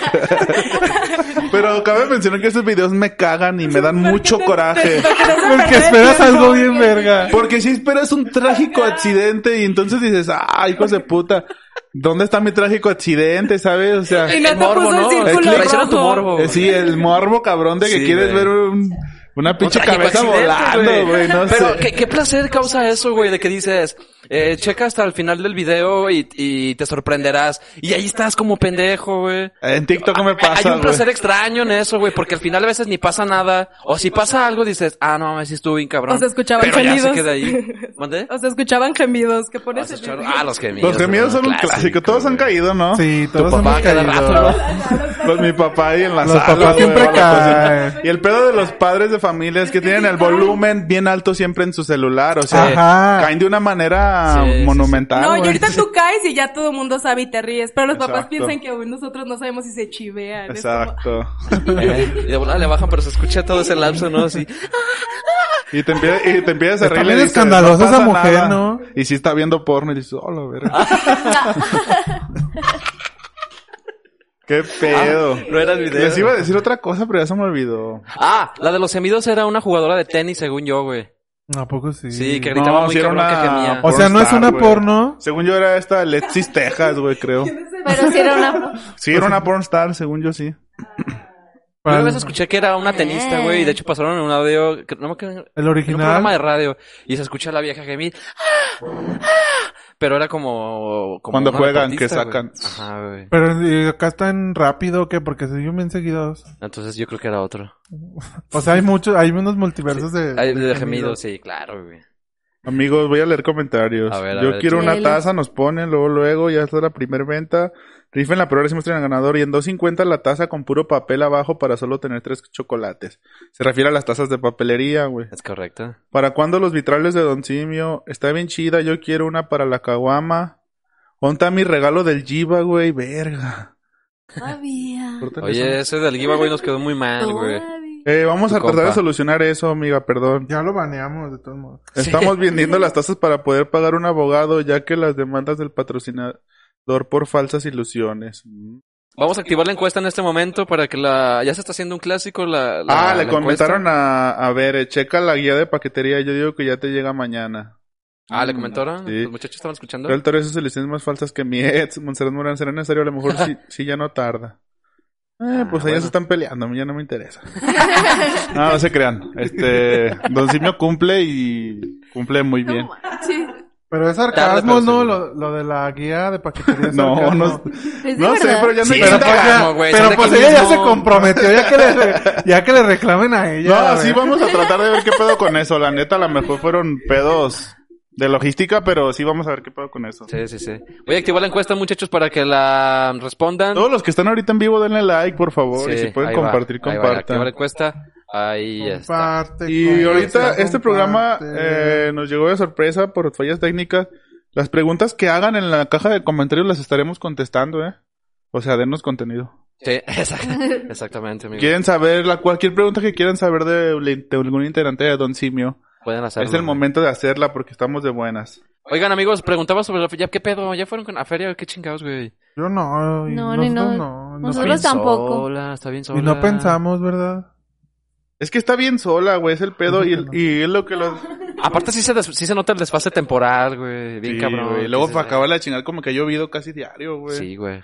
D: Pero cabe mencionar que esos videos me cagan y me dan mucho coraje.
B: Porque esperas algo bien verga.
D: Porque si esperas un trágico accidente y entonces dices, ah, hijos de puta, ¿dónde está mi trágico accidente? ¿Sabes? O sea,
E: Y no
A: El
E: te puso el círculo
A: ¿no? Traicionan tu
E: rojo.
A: morbo.
D: eh, sí, el morbo cabrón de que
A: Sí,
D: quieres
A: güey.
D: ver un- una
A: Un
D: pinche
A: trágico
D: cabeza
A: accidente,
D: volando, güey, no
A: Pero
D: sé.
A: ¿qué, qué placer causa eso, güey, de que dices, eh, checa hasta el final del video y, y te sorprenderás. Y ahí estás como pendejo, güey.
D: En TikTok me pasa,
A: Hay un
D: güey.
A: placer extraño en eso, güey, porque al final a veces ni pasa nada. O si pasa algo, dices, ah, no mames, sí estuvo bien cabrón.
E: O se escuchaban
A: Pero ya se
E: sonidos.
A: queda ahí. ¿Mande?
E: O sea, escuchaban gemidos que pones
A: Ah,
E: el
A: se echaron-
E: video.
A: Ah, los gemidos.
D: Los gemidos son un clásico, todos han
A: güey.
D: caído, ¿no?
B: Sí,
A: Tu
B: todos
A: papá
B: hemos
A: cada
B: caído.
A: rato, ¿no?
D: Pues mi papá y en la
B: Los
D: sala.
B: papás
D: güey,
B: siempre
D: o la
B: caen.
D: cocina. Y el pedo de los padres de familia es que tienen el volumen bien alto siempre en su celular. O sea,
B: Ajá.
D: caen de una manera ofensa
A: Sí, sí, sí.
D: monumental.
E: No, y
D: güey.
E: ahorita tú caes y ya todo el mundo sabe y te ríes, pero los papás
D: Exacto.
E: piensan que aún nosotros no sabemos si se chivean. es como,
D: Exacto.
A: Eh, y de volada le bajan, pero se escucha todo ese lapso, ¿no? Así.
D: Y te, empie- y te empiezas a
B: Está
D: reír. y
B: bien
D: dices,
B: escandalosa
D: "No
B: esa
D: pasa
B: mujer, ¿no?
D: Y si está viendo porno y dices, oh, la verga. Qué pedo.
A: no era el video.
D: Les iba a decir otra cosa, pero ya se me olvidó.
A: Ah, la de los gemidos era una jugadora de tenis, según yo, güey.
B: ¿A poco sí?
A: Sí, que gritaba
D: No,
A: muy
D: sí era
A: cabrón que
D: una-
A: gemía.
B: O sea, no es
D: Pornstar,
B: una
D: güey.
B: porno.
D: Según yo era esta Let's Texas, güey, creo.
C: Pero si era una...
D: Sí, era una pornstar, según yo sí.
A: Yo una
B: Para-
A: vez escuché que era una tenista, güey, y de hecho pasaron en un audio, que- no me acuerdo,
B: El
A: en un programa
B: original.
A: de radio, y se escucha a la vieja gemir. ¡Ah! ¡Ah! Pero era como... como
D: Cuando
A: una
D: juegan, que
A: deportista,
D: sacan.
A: güey. Ajá, güey.
B: Pero eh, acá están rápido, ¿qué? Porque se dio bien seguidos.
A: Entonces yo creo que era otro.
B: O sea, hay muchos, hay unos multiversos de,
A: Ay, De
B: gemidos.
A: gemidos, sí, claro, güey.
D: Amigos, voy a leer comentarios.
A: A ver, a
D: yo
A: ver,
D: quiero
C: sí.
D: una
C: Léelos.
D: taza, nos ponen, luego, luego, ya está la primer venta. Rifen la primera si muestran al ganador y en 2.50 la taza con puro papel abajo para solo tener tres chocolates. Se refiere a las tazas de papelería, güey.
A: Es correcto.
D: ¿Para cuándo los vitrales de Don Simio? Está bien chida, yo quiero una para la caguama. Onta mi regalo del Jiva, güey, verga.
C: Todavía.
D: Córtale
A: Oye,
D: eso.
A: ese del giveaway nos quedó muy
D: Ah,
A: mal, güey.
C: Todavía.
D: Eh, vamos
A: tu
D: a tratar de
A: compa.
D: solucionar eso, amiga, perdón.
B: Ya lo baneamos, de todos modos.
D: Estamos vendiendo las tasas para poder pagar un abogado, ya que las demandas del patrocinador por falsas ilusiones. Mm.
A: Vamos a activar la encuesta en este momento para que la... Ya se está haciendo un clásico la... la-
D: ah, le
A: la
D: comentaron
A: encuesta.
D: a, a ver, eh, checa la guía de paquetería, yo digo que ya te llega mañana.
A: Ah, le comentaron.
D: Sí.
A: Los muchachos estaban escuchando.
D: Real Torres es ilusiones más falsas que mi ex, Montserrat Morán, será necesario, a lo mejor sí, sí ya no tarda. Eh,
A: Ah,
D: pues
A: bueno.
D: ellas están peleando, a mí ya no me interesa. no, no se crean. Este, Don Simio cumple y cumple muy bien.
E: sí.
B: Pero es
A: pero
B: sarcasmo, ¿no?
A: seguro.
B: Lo, lo de la guía de paquetería. es
D: No,
B: sarcasmo.
D: no,
C: Es de
D: no sé,
C: verdad.
D: pero ya no
A: Sí,
D: hay
B: Pero
A: Sarcasmo,
B: pues, ya,
A: güey,
B: pero
A: son de
B: pues
A: aquí
B: ella ya
A: mismo.
B: se comprometió, ya que le, ya que le reclamen a ella.
D: No,
B: a
D: sí
B: ver.
D: vamos a tratar de ver qué pedo con eso. La neta, a lo mejor fueron pedos de logística, pero sí vamos a ver qué pedo con eso.
A: Sí, sí, sí. Voy a activar la encuesta, muchachos, para que la respondan.
D: Todos los que están ahorita en vivo, denle like, por favor.
A: Sí,
D: y si pueden
A: ahí va,
D: compartir,
A: ahí va, activar la
D: compartan.
A: encuesta. Ahí ya está.
B: Comparte,
D: Y
B: comparte,
D: ahorita este
B: comparte.
D: programa eh, nos llegó de sorpresa por fallas técnicas. Las preguntas que hagan en la caja de comentarios las estaremos contestando, ¿eh? O sea, denos contenido.
A: Sí, exact- exactamente, amigo.
D: ¿Quieren saber la cualquier pregunta que quieran saber de, de algún integrante de Don Simio?
A: Pueden hacerlo.
D: es el momento de hacerla porque estamos de buenas.
A: Oigan, amigos, preguntaba sobre la feria. ¿Qué pedo? ¿Ya fueron con la feria? ¿Qué chingados, güey?
B: Yo no, y no,
C: No, ni no.
B: no,
C: Nosotros
A: Está bien
C: tampoco.
A: sola, está bien sola.
B: Y no pensamos, ¿verdad?
D: Es que está bien sola, güey, es el pedo y, y es lo que los...
A: Aparte sí se, des- sí se nota el desfase temporal, güey. Bien
D: Sí,
A: cabrón.
D: güey, luego
A: Sí,
D: para
A: sí,
D: acabarla de chingar como que ha llovido casi diario, güey. Uh.
A: Sí, güey.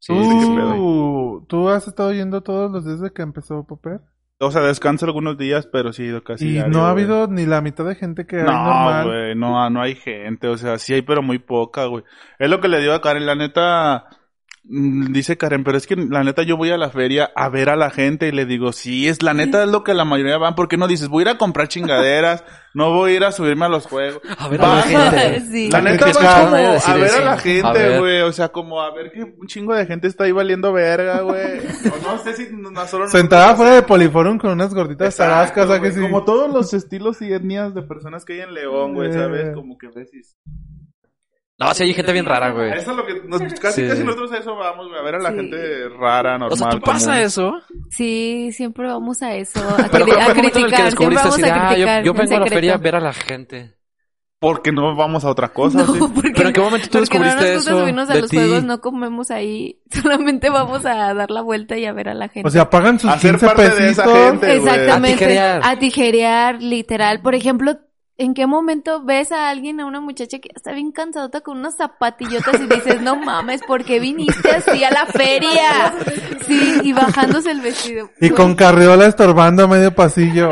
A: Sí,
B: Tú,
A: sí, sí.
B: ¿Tú has estado yendo todos los días de que empezó Popper?
D: O sea, descanso algunos días, pero sí ha ido casi
B: y
D: diario,
B: no ha
D: güey.
B: habido ni la mitad de gente que hay
D: No,
B: normal.
D: güey, no, no hay gente, o sea, sí hay, pero muy poca, güey. Es lo que le dio a Karen, la neta, mm, dice Karen, pero es que la neta yo voy a la feria a ver a la gente y le digo, sí, es la neta es lo que la mayoría van, porque no dices, voy a ir a comprar chingaderas, no voy a ir a subirme a los juegos.
A: A ver, a la
D: Vas-
A: gente.
C: Sí.
D: Ah, La neta vas
A: Criticar,
D: como
A: nadie
D: a,
A: decide
D: ver
A: eso.
D: a la
A: A
D: gente,
A: ver.
D: güey, o sea, como a ver que un chingo de gente está ahí valiendo verga, güey. O no sé si no, no, solo
B: Sentada fuera de Poliforum con unas gorditas
D: Exacto,
B: tarascas, ¿a
D: güey,
B: que sí?
D: Como todos los estilos y etnias de personas que hay en León, güey, ¿sabes?
B: Eh.
D: Como que decís.
A: No, sí hay gente bien rara, güey.
D: Eso es lo que nos- casi,
A: Sí.
D: casi nosotros a eso vamos, güey, a ver a la
C: Sí.
D: gente rara, normal.
A: O sea, ¿tú pasa
D: común.
A: eso?
C: Sí, siempre vamos a eso, a,
A: Pero
C: cri-
A: ¿cuál
C: a
A: fue el momento en el que
C: criticar, siempre
A: descubriste
C: vamos
A: así,
C: a
A: "Ah, yo-
C: criticar.
A: yo,
C: en
A: vengo a la
C: secreto.
A: feria a ver a la gente?
D: Porque no vamos a otra cosa,
C: No,
D: ¿sí?
C: porque,
A: ¿Pero en qué momento tú
C: porque no
A: descubriste
C: nos gusta
A: eso
C: subirnos a
A: de
C: los
A: ti?
C: juegos, no comemos ahí, solamente vamos a dar la vuelta y a ver a la gente.
B: O sea, pagan sus
D: Hacer
B: 15
D: parte de esa
B: pesitos.
D: gente. güey.
C: Exactamente.
A: A tijerear.
C: A tijerear, literal. Por ejemplo, ¿en qué momento ves a alguien, a una muchacha que está bien cansadota con unas zapatillotas y dices, no mames, ¿por qué viniste así a la feria? Sí, y bajándose el vestido.
B: Y con carriola estorbando a medio pasillo.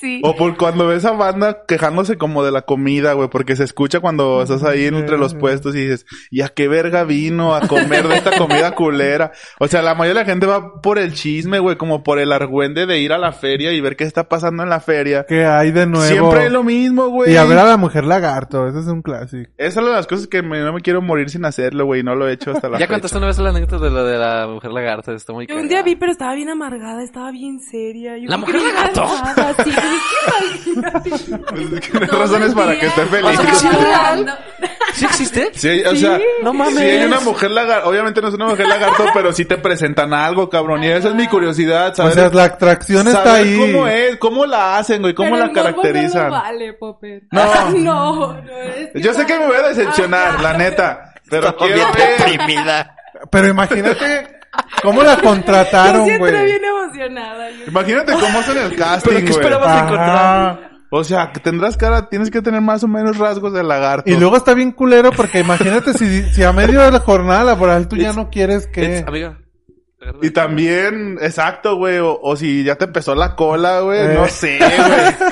C: Sí.
D: O por cuando ves a banda quejándose como de la comida, güey, porque se escucha cuando estás ahí entre los puestos y dices, ¿y a qué verga vino a comer de esta comida culera? O sea, la mayoría de la gente va por el chisme, güey, como por el argüende de ir a la feria y ver qué está pasando en la feria.
B: Que hay de nuevo.
D: Siempre es lo mismo, güey.
B: Y a ver a la mujer lagarto, ese es un clásico.
D: Esa es una de las cosas que me- no me quiero morir sin hacerlo, güey, no lo he hecho hasta la
A: Ya
D: fecha.
A: contaste una vez la anécdota de la de la mujer lagarta, está muy
E: Yo un día
A: cagada.
E: vi, pero estaba bien amargada, estaba bien seria. Yo
A: ¿La
E: creo que
A: mujer
E: bien
A: lagarto?
E: cansada, sí, bien
D: Pues, es que no hay razones para que esté feliz.
A: O sea, sí, ¿verdad? ¿Sí existe?
D: Sí, hay- o sea,
A: No mames.
D: si hay una mujer lagarto, obviamente no es una mujer lagarto, pero sí te presentan algo, cabrón. Y esa es mi curiosidad,
B: O
D: ¿sabes?
B: sea, la atracción está ahí.
D: ¿Cómo es? ¿Cómo la hacen, güey? ¿Cómo
E: Pero
D: la
E: el morbo No,
D: caracterizan?
E: lo vale, Popper.
D: No.
E: no, no es
D: Yo sé que me voy a decepcionar,
E: Ajá.
D: la neta. Pero
A: Estaba
D: quiero
A: bien
D: ver.
A: deprimida.
B: Pero imagínate cómo la
E: Yo
B: contrataron,
E: sí entré
B: güey.
E: bien emocionada. yo-
D: Imagínate cómo hacen el casting,
A: ¿Pero qué
D: güey.
A: esperabas
B: Ajá.
A: encontrar?
D: O sea, que tendrás cara, tienes que tener más o menos rasgos de lagarto.
B: Y luego está bien culero porque imagínate si, si a medio de la jornada laboral tú ya no quieres que...
A: Es- Amiga.
D: Y también, exacto, güey, o, o si ya te empezó la cola, güey,
B: Eh.
D: no sé, güey.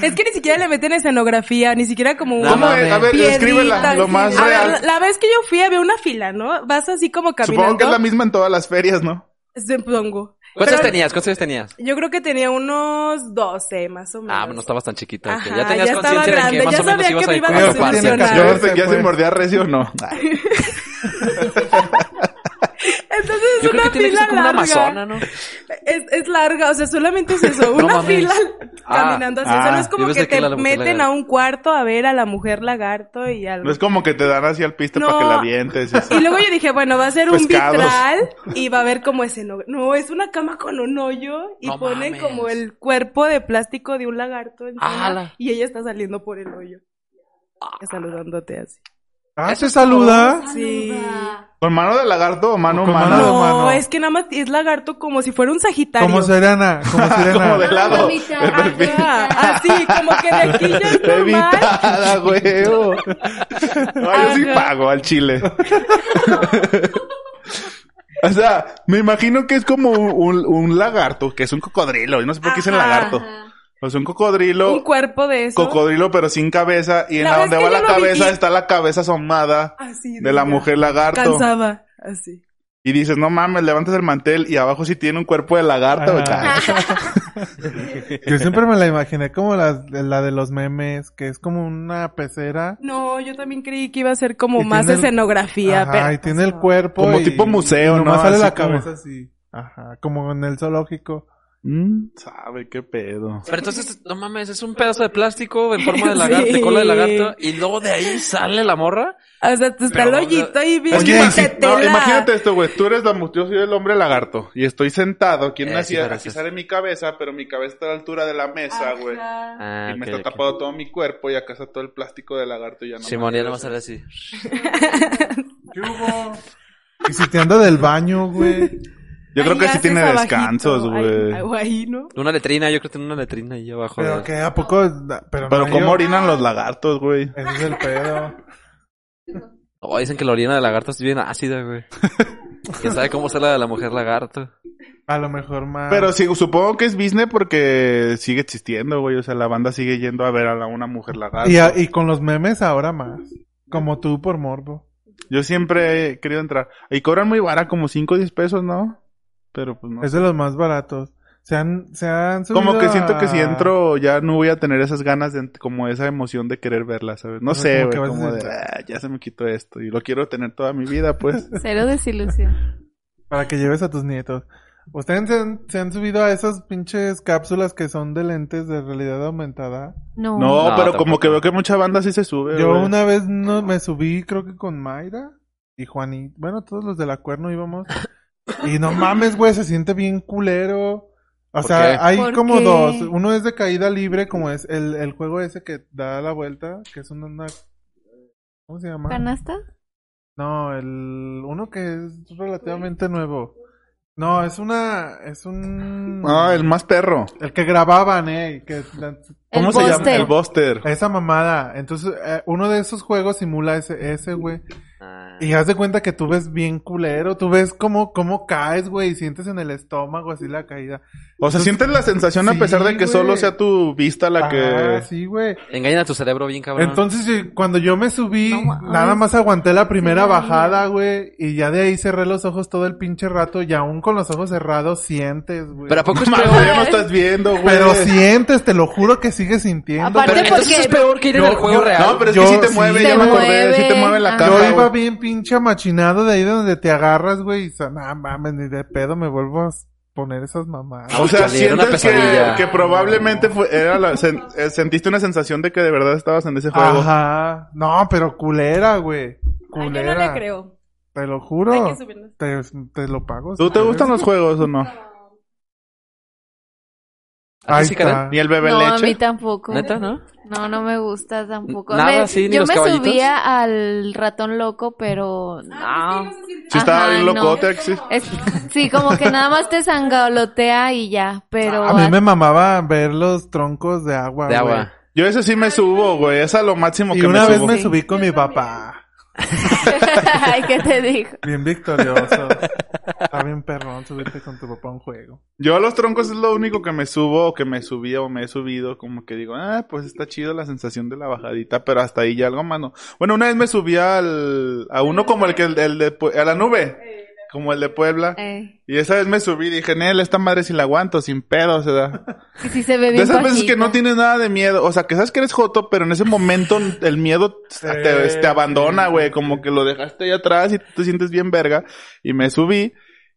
E: Es que ni siquiera le meten escenografía, ni siquiera como un...
A: No,
D: ¿Cómo es?
A: mames.
D: A ver,
E: piedrita,
D: escríbela, lo
E: así.
D: más
E: A ver,
D: real.
E: la, la vez que yo fui había una fila, ¿no? Vas así como caminando.
D: Supongo que es la misma en todas las ferias, ¿no?
E: Supongo.
A: ¿Cuántos años
E: Pero
A: tenías? ¿Cuántos años tenías?
E: Yo creo que tenía unos 12, más o menos.
A: Ah, no estabas tan chiquita. ok.
E: Ajá,
A: ya tenías
E: ya estaba
A: conciencia de que
E: grande,
A: más
E: ya
A: o menos
E: sabía
A: ibas
E: que
A: a
E: me
A: ir
E: iban
A: con
E: a
A: tu
B: decepcionar.
A: parte.
B: Tiene
D: Yo
B: Claro,
D: no sé, ya
B: pues.
D: si mordía recio o no.
E: Entonces es
A: Yo creo
E: una
A: que tiene que
E: fila
A: ser como una
E: larga.
A: amazona, ¿no?
E: Es, es larga, o sea, solamente es eso,
A: No
E: una
A: mames.
E: fila
A: Ah,
E: caminando así. o sea,
D: ah,
E: no es
A: yo
E: como
A: pensé
E: que
A: que
E: te
A: era la mujer
E: meten a
A: lagarto.
E: un cuarto a ver a la mujer lagarto y algo.
D: No es como que te dan así al piste
E: No.
D: para que la vientes. y así.
E: Y luego yo dije, bueno, va a ser
D: Pescados.
E: un vitral y va a haber como escenografía. No, es una cama con un hoyo y
A: No
E: ponen
A: mames.
E: como el cuerpo de plástico de un lagarto encima
A: Ala.
E: y ella está saliendo por el hoyo. Saludándote así.
B: Ah, se saluda.
E: Sí.
D: ¿Con mano de lagarto o mano
B: Con
D: humana?
B: mano-
E: No,
B: mano.
E: es que nada más es lagarto como si fuera un sagitario.
B: Como Serena, como
D: Como de
B: Serena.
D: lado.
C: Mamita.
D: de perfil.
E: Ajá, así, como que de aquí ya es normal.
D: Evitada, güey. No, yo sí
E: Ajá.
D: pago al chile. O sea, me imagino que es como un, un lagarto, que es un cocodrilo. Yo no sé por qué dicen
E: Ajá.
D: lagarto. O sea, un cocodrilo,
E: Un cuerpo de eso.
D: cocodrilo pero sin cabeza. Y en
E: La
D: la
E: vez
D: donde
E: que
D: va
E: yo
D: la
E: lo
D: cabeza
E: viví-
D: está la cabeza asomada
E: Así,
D: de la
E: ya.
D: mujer lagarto.
E: Cansaba, así.
D: Y dices, no mames, levantas el mantel y abajo sí tiene un cuerpo de lagarto. güey.
B: Yo siempre me la imaginé como la, la de los memes, que es como una pecera.
E: No, yo también creí que iba a ser como
B: Y
E: más
B: tiene el-
E: escenografía,
B: Ajá,
E: pero...
B: y tiene el cuerpo.
D: Como
B: y-
D: tipo museo,
B: y nomás
D: ¿no?
B: sale
D: Así
B: la
D: como-
B: cabeza así. Ajá, como en el zoológico.
D: Mm, Sabe qué pedo.
A: Pero entonces, no mames, es un pedazo de plástico en forma de lagarto,
E: Sí.
A: de cola de lagarto, y luego de ahí sale la morra.
E: O sea, te está el
A: Pero-
E: hoyito y bien
D: Es que
E: se
D: imagi-
E: te
D: no,
E: la-
D: imagínate esto, güey. Tú eres la mu- yo soy el hombre lagarto. Y estoy sentado aquí en
A: Eh,
D: una
A: sí,
D: silla.
A: gracias.
D: Aquí sale mi cabeza, pero mi cabeza está a la altura de la mesa, güey.
E: Ajá.
A: Ah,
D: y me
A: ok,
D: está
A: ok.
D: tapado todo mi cuerpo y acá está todo el plástico de lagarto y ya no.
A: Simón, ya no va a salir así.
B: Y si te anda del baño, güey.
D: Yo creo
E: Ahí
D: que sí
E: haces
D: tiene
E: abajito,
D: descansos,
E: ahí-
D: güey.
E: ahí- Ahí, ¿no?
A: Una letrina, yo creo que tiene una letrina ahí abajo.
B: Pero
A: de-
B: que a poco. da- Pero,
D: Pero
B: no,
D: cómo
B: yo-
D: orinan los lagartos, güey.
B: Ese es el pedo.
A: Oh, dicen que la orina de lagarto es bien ácida, güey. ¿Quién sabe cómo sale la de la mujer lagarto?
B: A lo mejor más.
D: Pero sí, supongo que es business porque sigue existiendo, güey. O sea, la banda sigue yendo a ver a la- una mujer lagarto.
B: Y, a- y con los memes ahora más. Como tú por morbo.
D: Yo siempre he querido entrar. Y cobran muy vara, como 5 o 10 pesos, ¿no? Pero pues no.
B: Es de los más baratos. Se han, se han subido
D: Como que siento
B: a-
D: que si entro ya no voy a tener esas ganas, de, como esa emoción de querer verla, ¿sabes? No
B: O sea, como
D: sé, güey,
B: que vas a
D: como de,
B: sentir-
D: "Ah, ya se me quitó esto y lo quiero tener toda mi vida, pues.
C: Cero desilusión.
B: Para que lleves a tus nietos. Ustedes se han, se han subido a esas pinches cápsulas que son de lentes de realidad aumentada.
C: No.
A: No,
D: No, pero
A: tampoco.
D: como que veo que mucha banda sí se sube,
B: Yo
D: güey.
B: una vez no me subí, creo que con Mayra y Juanito. Bueno, todos los de la cuerno íbamos. Y no mames, güey, se siente bien culero. O
A: ¿Por
B: sea,
A: qué?
B: hay
C: ¿Por
B: como
C: qué?
B: dos. Uno es de caída libre, como es el, el juego ese que da la vuelta, que es una... una- ¿Cómo se llama?
C: ¿Canasta?
B: No, el uno que es relativamente nuevo. No, es una, es un,
D: Ah, el más perro.
B: el que grababan, eh, que- la-
D: ¿Cómo
C: el
D: se llama?
C: póster.
D: El Buster.
B: esa mamada. Entonces, eh, uno de esos juegos simula ese, ese, güey.
A: Ah.
B: Y haz de cuenta que tú ves bien culero, tú ves cómo, cómo caes, güey, y sientes en el estómago así la caída.
D: O sea, sientes la sensación a
B: Sí,
D: pesar de que
B: güey.
D: solo sea tu vista la
B: Ah,
D: que...
B: sí, güey.
A: Engañan a tu cerebro bien, cabrón.
B: Entonces, eh, cuando yo me subí,
C: No mames.
B: nada más aguanté la primera
C: Sí,
B: bajada, güey, y ya de ahí cerré los ojos todo el pinche rato, y aún con los ojos cerrados sientes, güey.
A: Pero ¿a poco es
D: Mamá,
A: peor?
D: ya no estás viendo, güey.
B: Pero sientes, te lo juro que sigues sintiendo.
C: Aparte
A: Pero
B: Pero-
A: entonces
C: porque-
A: es peor que ir en
B: Yo-
A: el juego
B: yo-
A: real.
D: No, pero es
B: Yo-
D: que sí te mueve,
B: sí.
D: ya
C: Se
D: me acordé, sí te
C: mueve.
D: mueve la
C: Ajá.
D: cara.
B: yo
D: güey.
B: iba bien pinche amachinado de ahí donde te agarras, güey, y no mames, ni de pedo me vuelvo a poner esas mamadas.
D: O sea,
A: Chale, era una
D: sientes que,
A: pesadilla.
D: que probablemente fue, era la- sen- eh, sentiste una sensación de que de verdad estabas en ese juego.
B: Ajá. No, pero culera, güey.
E: Ay, yo
B: Culera.
E: no le creo.
B: Te lo
E: Hay
B: juro.
E: que subirnos.
B: Te, te lo pago.
D: ¿Tú
B: si
D: te
B: quieres.
D: gustan los juegos o no?
A: ¿A ti
B: Ahí
A: sí, Karen?
B: está.
D: ¿Ni el bebé
C: No, a mí
D: leche?
C: tampoco.
A: ¿Neta, no?
C: No, no me gusta tampoco.
A: Nada,
C: Me-
A: sí, ni
C: yo
A: los
C: me
A: caballitos.
C: subía al ratón loco, pero
E: Ah,
C: no.
E: es que no se siente-
D: Si estaba
C: Ajá,
D: bien
C: no.
D: locote, sí.
C: Es- sí, como que nada más te zangalotea y ya, pero
B: A mí me mamaba ver los troncos de agua.
D: Ah,
A: De
B: güey.
A: agua.
D: Yo ese sí me subo, güey. Es a lo máximo
B: Y
D: que
B: una
D: me
B: vez
D: subo.
B: me
C: Sí.
B: subí con mi papá.
C: Ay, ¿qué te dijo?
B: Bien victorioso. Está bien perrón subirte con tu papá a un juego.
D: Yo a los troncos es lo único que me subo o que me subí o me he subido. Como que digo, ah, pues está chido la sensación de la bajadita, pero hasta ahí ya algo más no. Bueno, una vez me subí al, a uno como el que el, el de, Pue- a la nube, como el de Puebla.
C: Eh,
D: Y esa vez me subí y dije, Nel, esta madre si la aguanto, sin pedo, se da.
C: que sí se ve
D: De
C: bien
D: esas veces que no
C: cochino.
D: tienes nada de miedo, o sea, que sabes que eres joto, pero en ese momento el miedo te, te- te abandona, güey, como que lo dejaste ahí atrás y tú te sientes bien verga. Y me subí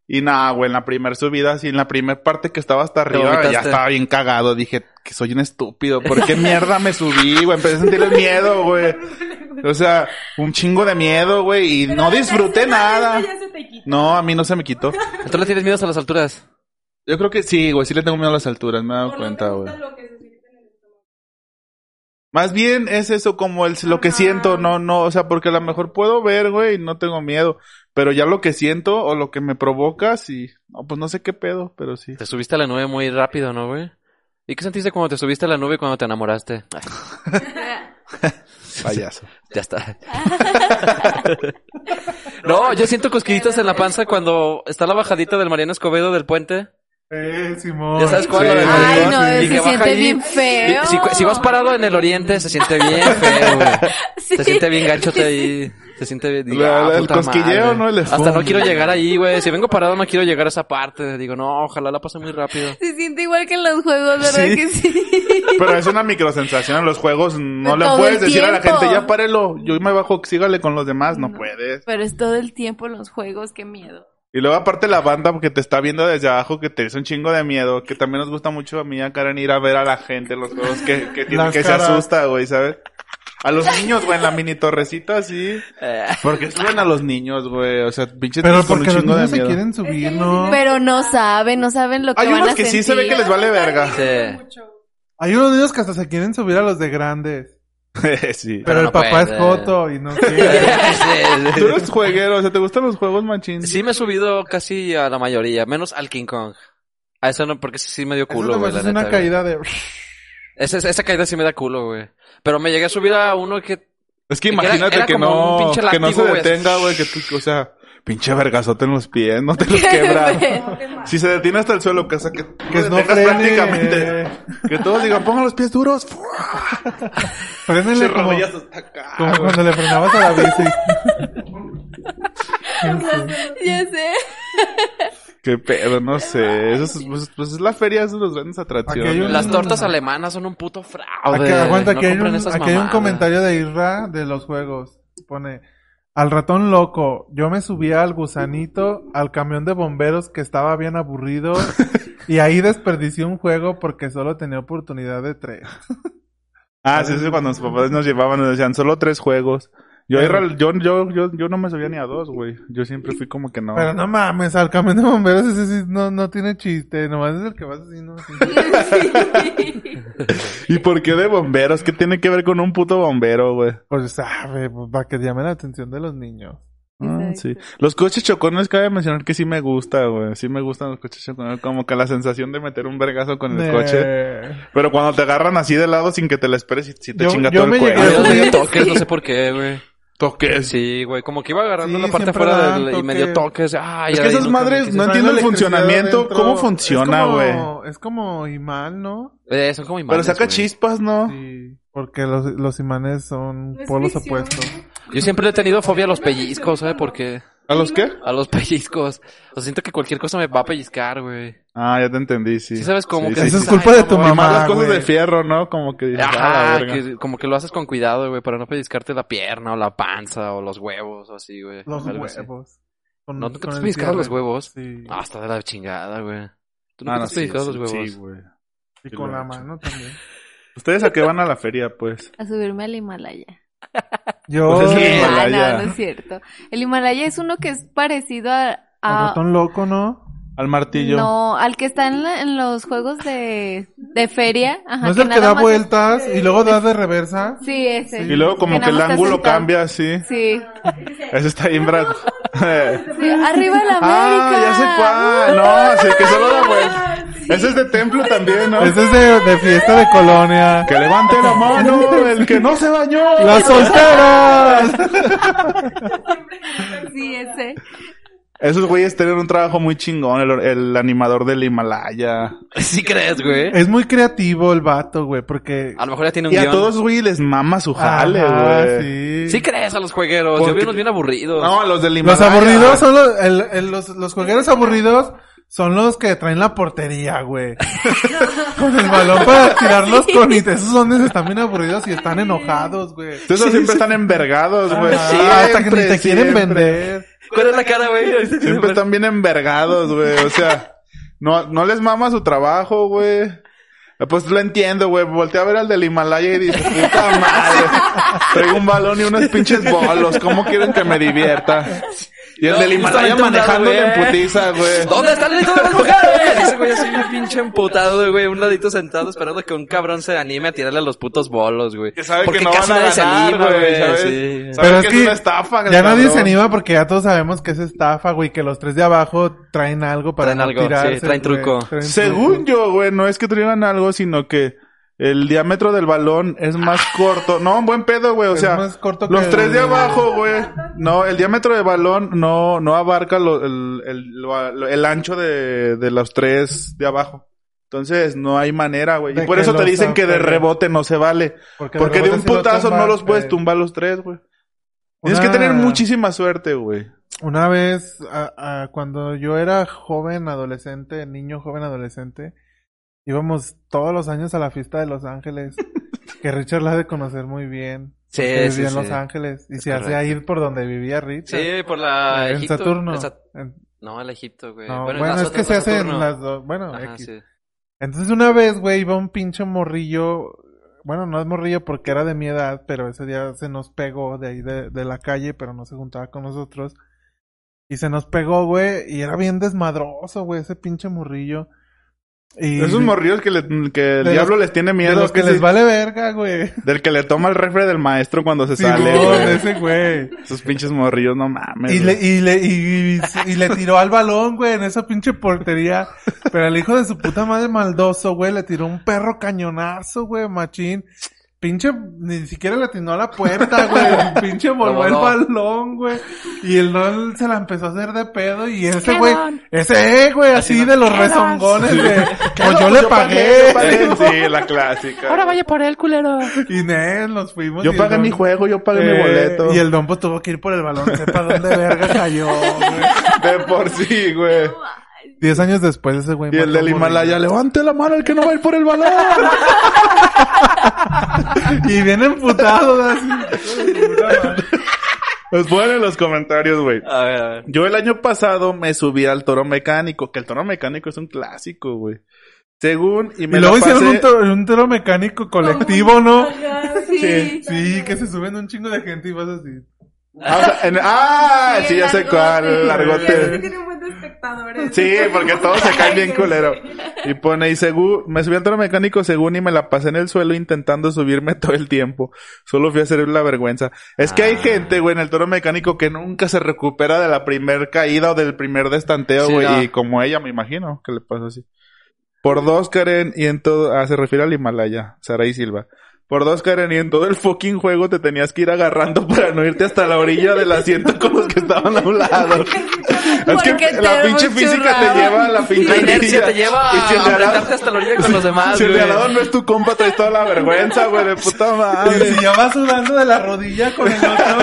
D: y nada, güey, en la primera subida, así en la primera parte que estaba hasta arriba,
A: vomitaste.
D: ya estaba bien cagado, dije que soy un estúpido, ¿por qué mierda me subí, güey? Empecé a sentir el miedo, güey. O sea, un chingo de miedo, güey, y
E: Pero
D: no
E: la
D: disfruté
E: tercera
D: nada.
E: vez ya se te quita.
D: No, a mí no se me quitó.
A: ¿Tú le tienes miedos a las alturas?
D: Yo creo que sí, güey, sí le tengo miedo a las alturas, me he
E: Por
D: dado
E: lo
D: cuenta,
E: menos
D: güey.
E: es lo que se siente en el estómago.
D: Más bien es eso como el, lo que siento, no, no, o sea, porque a lo mejor puedo ver, güey, y no tengo miedo, pero ya lo que siento o lo que me provoca, sí, no, pues no sé qué pedo, pero sí.
A: Te subiste a la nube muy rápido, ¿no, güey? ¿Y qué sentiste cuando te subiste a la nube y cuando te enamoraste? Ay,
D: Payaso.
A: ya está. no, yo siento cosquillitas en la panza cuando está la bajadita del Mariano Escobedo del puente.
B: Eh, Simón.
A: ¿Ya sabes cuál?
D: Sí.
A: La del
C: Ay,
A: Mariano. Y
C: no,
A: que
C: se
A: baja
C: siente
A: ahí.
C: bien
A: Y
C: feo.
A: Si, si vas parado en el oriente, se siente bien feo, güey.
C: Sí.
A: Se siente bien ganchote ahí. Se siente bien. digo,
D: La-
A: ah,
D: la- el
A: puta madre.
D: cosquilleo, ¿no? El
A: Hasta
D: esfumo.
A: no quiero llegar ahí, güey. Si vengo parado, no quiero llegar a esa parte. Digo, no, ojalá la pase muy rápido.
C: Se siente igual que en los juegos, ¿verdad
D: Sí.
C: que sí?
D: Pero es una microsensación en los juegos, no
C: Todo
D: le
C: el
D: puedes decir a la
C: tiempo.
D: gente, ya párelo, yo me bajo, sígale con los demás, no puedes.
C: Pero es todo el tiempo los juegos, qué miedo.
D: Y luego aparte la banda que te está viendo desde abajo, que te es un chingo de miedo, que también nos gusta mucho a mí y a Karen ir a ver a la gente, los juegos que, que, tiene,
B: Las
D: que se
B: caras.
D: asusta, güey, ¿sabes? A los niños, güey, en la mini torrecita, así.
A: Eh,
D: Porque suben a los niños, güey, o sea, pinche
B: Pero
D: niños con un
B: porque los
D: chingo de
B: niños se
D: miedo.
B: quieren
E: Es
B: subir,
E: que los
B: ¿no?
E: niños-
C: Pero no saben, no saben lo que
D: Hay
C: van a
D: unos que sí se ve
C: sentir.
D: que les vale verga.
A: sí.
E: Mucho.
B: Hay unos niños que hasta se quieren subir a los de grandes.
D: Eh, sí.
B: Pero
A: no
B: el papá
A: puede.
B: es joto y no quiere.
D: Tú eres jueguero, o sea, ¿te gustan los juegos, machín?
A: Sí me he subido casi a la mayoría, menos al King Kong. A eso no, porque ese sí me dio
B: Eso
A: culo, güey,
B: nomás
A: la
B: es una
A: neta, güey.
B: caída de...
A: Esa, esa caída sí me da culo, güey. Pero me llegué a subir a uno que...
D: Es que
A: Y que era-
D: imagínate
A: era
D: que
A: como
D: no,
A: un pinche
D: que no se
A: látigo, güey.
D: detenga, güey, que tú, o sea, pinche vergazote en los pies, no te los quebra. Si se detiene hasta el suelo, que, o sea, que,
B: Que
D: que
B: no
D: dejas
B: frene.
D: prácticamente. Que todos digan, pongan los pies duros. Se
B: Frénenle como,
D: rodillas hasta acá,
B: como
D: Ah, güey.
B: cuando le frenabas a la bici.
C: Ya sé.
D: Qué pedo, no sé. Eso es, pues, pues es la feria, esos son los grandes
B: Aquí hay
D: atracciones.
B: un-
A: Las tortas alemanas son un puto fraude.
B: Aquí, aguanta,
A: No
B: aquí, hay
A: compren
B: un,
A: esas
B: aquí hay un
A: mamadas.
B: comentario de Irra de los juegos. Pone, al ratón loco, yo me subía al gusanito, al camión de bomberos que estaba bien aburrido y ahí desperdicié un juego porque solo tenía oportunidad de tres.
D: Ah, sí, sí, cuando los papás nos llevaban, nos decían solo tres juegos. Yo, era- yo, yo, yo, yo no me subía ni a dos, güey. Yo siempre fui como que no.
B: Pero no mames, al camión de bomberos ese sí no, no tiene chiste, nomás es el que vas así, ¿no? Así.
D: ¿Y por qué de bomberos? ¿Qué tiene que ver con un puto bombero, güey?
B: Pues sabe, pues, para que llame la atención de los niños.
D: Ah, sí. Los coches chocones cabe mencionar que sí me gusta, güey. Sí me gustan los coches chocones. Como que la sensación de meter un vergazo con el
B: Eh,
D: coche. Pero cuando te agarran así de lado sin que te la esperes y si te
B: Yo-
D: chinga
B: yo
D: todo
B: me
D: el
B: llegué
A: A mí
D: cuello.
A: no me dio
B: Sí.
A: toques, no sé por qué, güey.
D: Toques.
A: Sí, güey, como que iba agarrando
B: Sí,
A: la parte
B: siempre
A: afuera
B: dan
A: del, y me dio toques. Ay,
D: Es
A: ay,
D: que esas
A: nunca me
D: madres,
A: quise-
D: no entiendo el
B: Trae electricidad
D: funcionamiento,
B: adentro.
D: cómo
B: Es
D: funciona,
B: como- Es como imán, ¿no?
A: Eh, son como
D: Pero
A: imanes,
D: saca
A: güey.
D: chispas, ¿no
B: Sí, porque los, los imanes son
E: No es
B: polos
E: visión.
B: opuestos.
A: Yo siempre he tenido fobia a los pellizcos, ¿sabes por qué?
D: ¿A los qué?
A: A los pellizcos. O sea, siento que cualquier cosa me va a pellizcar, güey.
D: Ah, ya te entendí, sí.
A: Sí sabes cómo que
B: Eso
A: dices,
B: es culpa
A: "Ay,
B: de
A: no
B: tu
A: mames".
D: Y más
B: mamá,
D: las cosas
B: güey.
D: de fierro, ¿no? Como que dices, ah, la
A: Ajá,
D: verga.
A: que como que lo haces con cuidado, güey, para no pellizcarte la pierna o la panza o los huevos o así, güey.
B: Los
A: Algo así.
B: huevos. Con-
A: ¿No nunca te
B: con
A: has
B: el
A: pellizcado los
B: cierre.
A: huevos?
B: Sí.
A: Ah, está de la chingada, güey. Tú nunca te has pellizcado los huevos.
D: Sí, güey.
B: Y
D: Sí,
B: con
D: lo he
B: la
D: hecho.
B: mano también.
D: ¿Ustedes a qué van a la feria, pues?
C: A subirme al Himalaya.
B: Yo,
D: Pues es que-
B: el
C: Ah,
D: Himalaya.
C: no, no es cierto. El Himalaya es uno que es parecido a... a-
B: ratón loco, ¿no?
D: Al martillo.
C: No, al que está en, la- en los juegos de, de feria. Ajá,
B: ¿No es el que
C: nada
B: da
C: más-
B: vueltas y luego da de reversa?
C: Sí, ese.
D: Y luego como
C: Que
D: que,
C: nada
D: el
C: más te
D: ángulo
C: sentado.
D: cambia así.
C: Sí.
D: Ese está bien brad.
C: Sí, Arriba de la América.
D: ah, ya sé cuál. No, sí, que solo da vuelta. Ese es de templo también, ¿no?
B: Ese es de, de fiesta de colonia.
D: Que levante la mano el que no se bañó.
B: ¡Las solteras!
C: Uh, Sí, ese.
D: Esos güeyes tienen un trabajo muy chingón. El, el animador del Himalaya.
A: ¿Sí crees, güey? Eh,
B: es muy creativo el vato, güey, porque...
A: A lo mejor ya tiene un
D: Y a
A: guión.
D: todos, güey, les mama su jale,
B: Ajá,
D: güey.
B: sí.
A: ¿Sí crees a los juegueros? Yo
D: Porque-
A: vi unos bien aburridos.
D: No, los del
B: Los
D: Himalaya.
B: aburridos son los, el- el- los, los jugadores aburridos son los que traen la portería, güey. con el balón para tirarlos con it. Esos son esos están bien aburridos y están enojados, güey.
D: Esos siempre están envergados, güey.
B: Ah, hasta que ni
D: Siempre,
B: te quieren
D: siempre.
B: vender.
A: ¿Cuál es la cara, güey?
D: Siempre están bien envergados, güey. O sea, no, no les mama su trabajo, güey. Eh, Pues lo entiendo, güey. Voltea a ver al del Himalaya y dice, puta madre. Traigo un balón y unos pinches bolos. ¿Cómo quieren que me divierta? Y el
A: No,
D: del Himalaya
A: justamente un lado,
D: manejándole en
A: güey.
D: putiza, güey.
A: ¿Dónde están el todas las mujeres? Ese güey así un pinche emputado, güey, un ladito sentado esperando que un cabrón se anime a tirarle a los putos bolos, güey.
D: Que sabe
A: Porque
D: que no
A: casi
D: van a
A: nadie se
D: ganar,
A: anima,
D: güey,
A: güey.
D: ¿sabes?
A: sí.
D: Sabe- Pero es que es una estafa,
B: ya nadie
D: cabrón.
B: se anima porque ya todos sabemos que es estafa, güey, que los tres de abajo traen algo para
A: Traen
B: no
A: algo, sí,
B: tirarse,
A: traen
B: güey.
A: truco.
B: Traen truco.
D: Según yo, güey, no es que traigan algo, sino que el diámetro del balón es más corto. No, un buen pedo, güey. O
B: Es
D: sea,
B: más corto que
D: los tres de
B: el-
D: abajo, güey. No, el diámetro del balón no, no abarca lo- el, el- lo- el ancho de, de los tres de abajo. Entonces, no hay manera, güey. Y
B: De
D: por
B: que
D: eso te
B: los
D: dicen que de
B: apegue.
D: rebote no se vale.
B: Porque,
D: Porque de
B: rebote
D: un
B: sí lo
D: putazo no
B: tumbas,
D: los puedes
B: güey.
D: tumbar los tres, güey. Tienes que
B: Una-
D: tener muchísima suerte, güey.
B: Una vez, a- a- cuando yo era joven, adolescente, niño, joven, adolescente, íbamos todos los años a la fiesta de Los Ángeles, que Richard la ha de conocer muy bien.
A: Sí,
B: que vivía
A: sí,
B: en Los
A: sí.
B: Ángeles y
A: Es
B: se hacía
A: correcto.
B: ir por donde vivía Richard.
A: Sí, por la
B: en
A: Egipto,
B: Saturno.
A: el Sat-
B: En-
A: No, al Egipto, güey.
B: no,
A: Eh, bueno,
B: bueno,
A: en las
B: es
A: otras
B: que se
A: dos,
B: hacen
A: Saturno.
B: las dos. Bueno,
A: Ajá,
B: X.
A: sí.
B: Entonces una vez, güey, iba un pinche morrillo, bueno, no es morrillo porque era de mi edad, pero ese día se nos pegó de ahí de, de la calle, pero no se juntaba con nosotros. Y se nos pegó, güey, y era bien desmadroso, güey, ese pinche morrillo. Y
D: Esos morrillos que, le- que el
B: de
D: diablo
B: los-
D: les tiene
B: de
D: miedo.
B: los que
D: que
B: les
D: se-
B: vale verga, güey.
D: Del que le toma el refre del maestro cuando se
B: Simón,
D: sale, güey.
B: de ese güey.
D: Esos pinches morrillos, no mames.
B: Y le,
D: güey.
B: y le, y, y- y le tiró al balón, güey, en esa pinche portería. Pero el hijo de su puta madre maldoso, güey, le tiró un perro cañonazo, güey, machín. Pinche, ni siquiera le atinó a la puerta, güey. Pinche voló el
A: voló.
B: balón, güey. Y el LOL se la empezó a hacer de pedo. Y ese, güey,
E: Quedón.
B: ese, eh, güey, así de los rezongones, de, pues yo le pagué.
D: Sí, la clásica.
E: Ahora vaya por él, culero.
B: Y nel, nos fuimos. y
D: Yo
B: el
D: pagué
B: don-
D: mi juego, yo pagué mi
B: eh,
D: boleto.
B: Y el don pues tuvo que ir por el balón, sepa dónde verga cayó, güey.
D: De por sí, güey.
B: Diez años después ese güey.
D: Y el
B: mató
D: del
B: a un
D: Himalaya, levante la mano el que no va a ir por el balón.
B: morrillo. Y bien emputado, ¿verdad? Así, hijo de su puta madre.
D: Los ponen en los comentarios, güey.
A: A ver, a ver.
D: Yo el año pasado me subí al toro mecánico, que el toro mecánico es un clásico, güey. Según, y
B: Y
D: me
B: luego
D: lo
B: hicieron
D: pasé...
B: un, toro, un toro mecánico colectivo, ¿no?
E: Sí.
B: Sí, que se suben un chingo de gente y vas así.
D: Ah, o sea, en- ah, sí, ya sé cuál, el largote.
E: tiene un buen de espectadores.
D: Sí, porque todos se caen bien culero. Y pone, y según, me subí al toro mecánico según y me la pasé en el suelo intentando subirme todo el tiempo. Solo fui a hacer la vergüenza. Es que hay
A: Ah.
D: gente, güey, en el toro mecánico que nunca se recupera de la primer caída o del primer destanteo,
A: Sí,
D: güey.
A: no.
D: Y como ella, me imagino que le pasó así. Por dos, Karen, y en todo, ah, se refiere al Himalaya, Saray Silva. Por dos, Karen, y en todo el fucking juego te tenías que ir agarrando para no irte hasta la orilla del asiento con los que estaban a un lado. Es que
C: Porque
D: la
C: te
D: pinche física te
C: buchurraban.
D: lleva a la pinche
A: La inercia
D: orilla.
A: te lleva
D: Y si el
A: a
D: de al lado-
A: apretarte hasta la orilla con los demás,
D: si el de al lado
A: güey.
D: no es tu compa, traes toda la vergüenza, Ah, güey, de puta
B: Y
D: madre.
B: si ya vas sudando de la rodilla con el otro,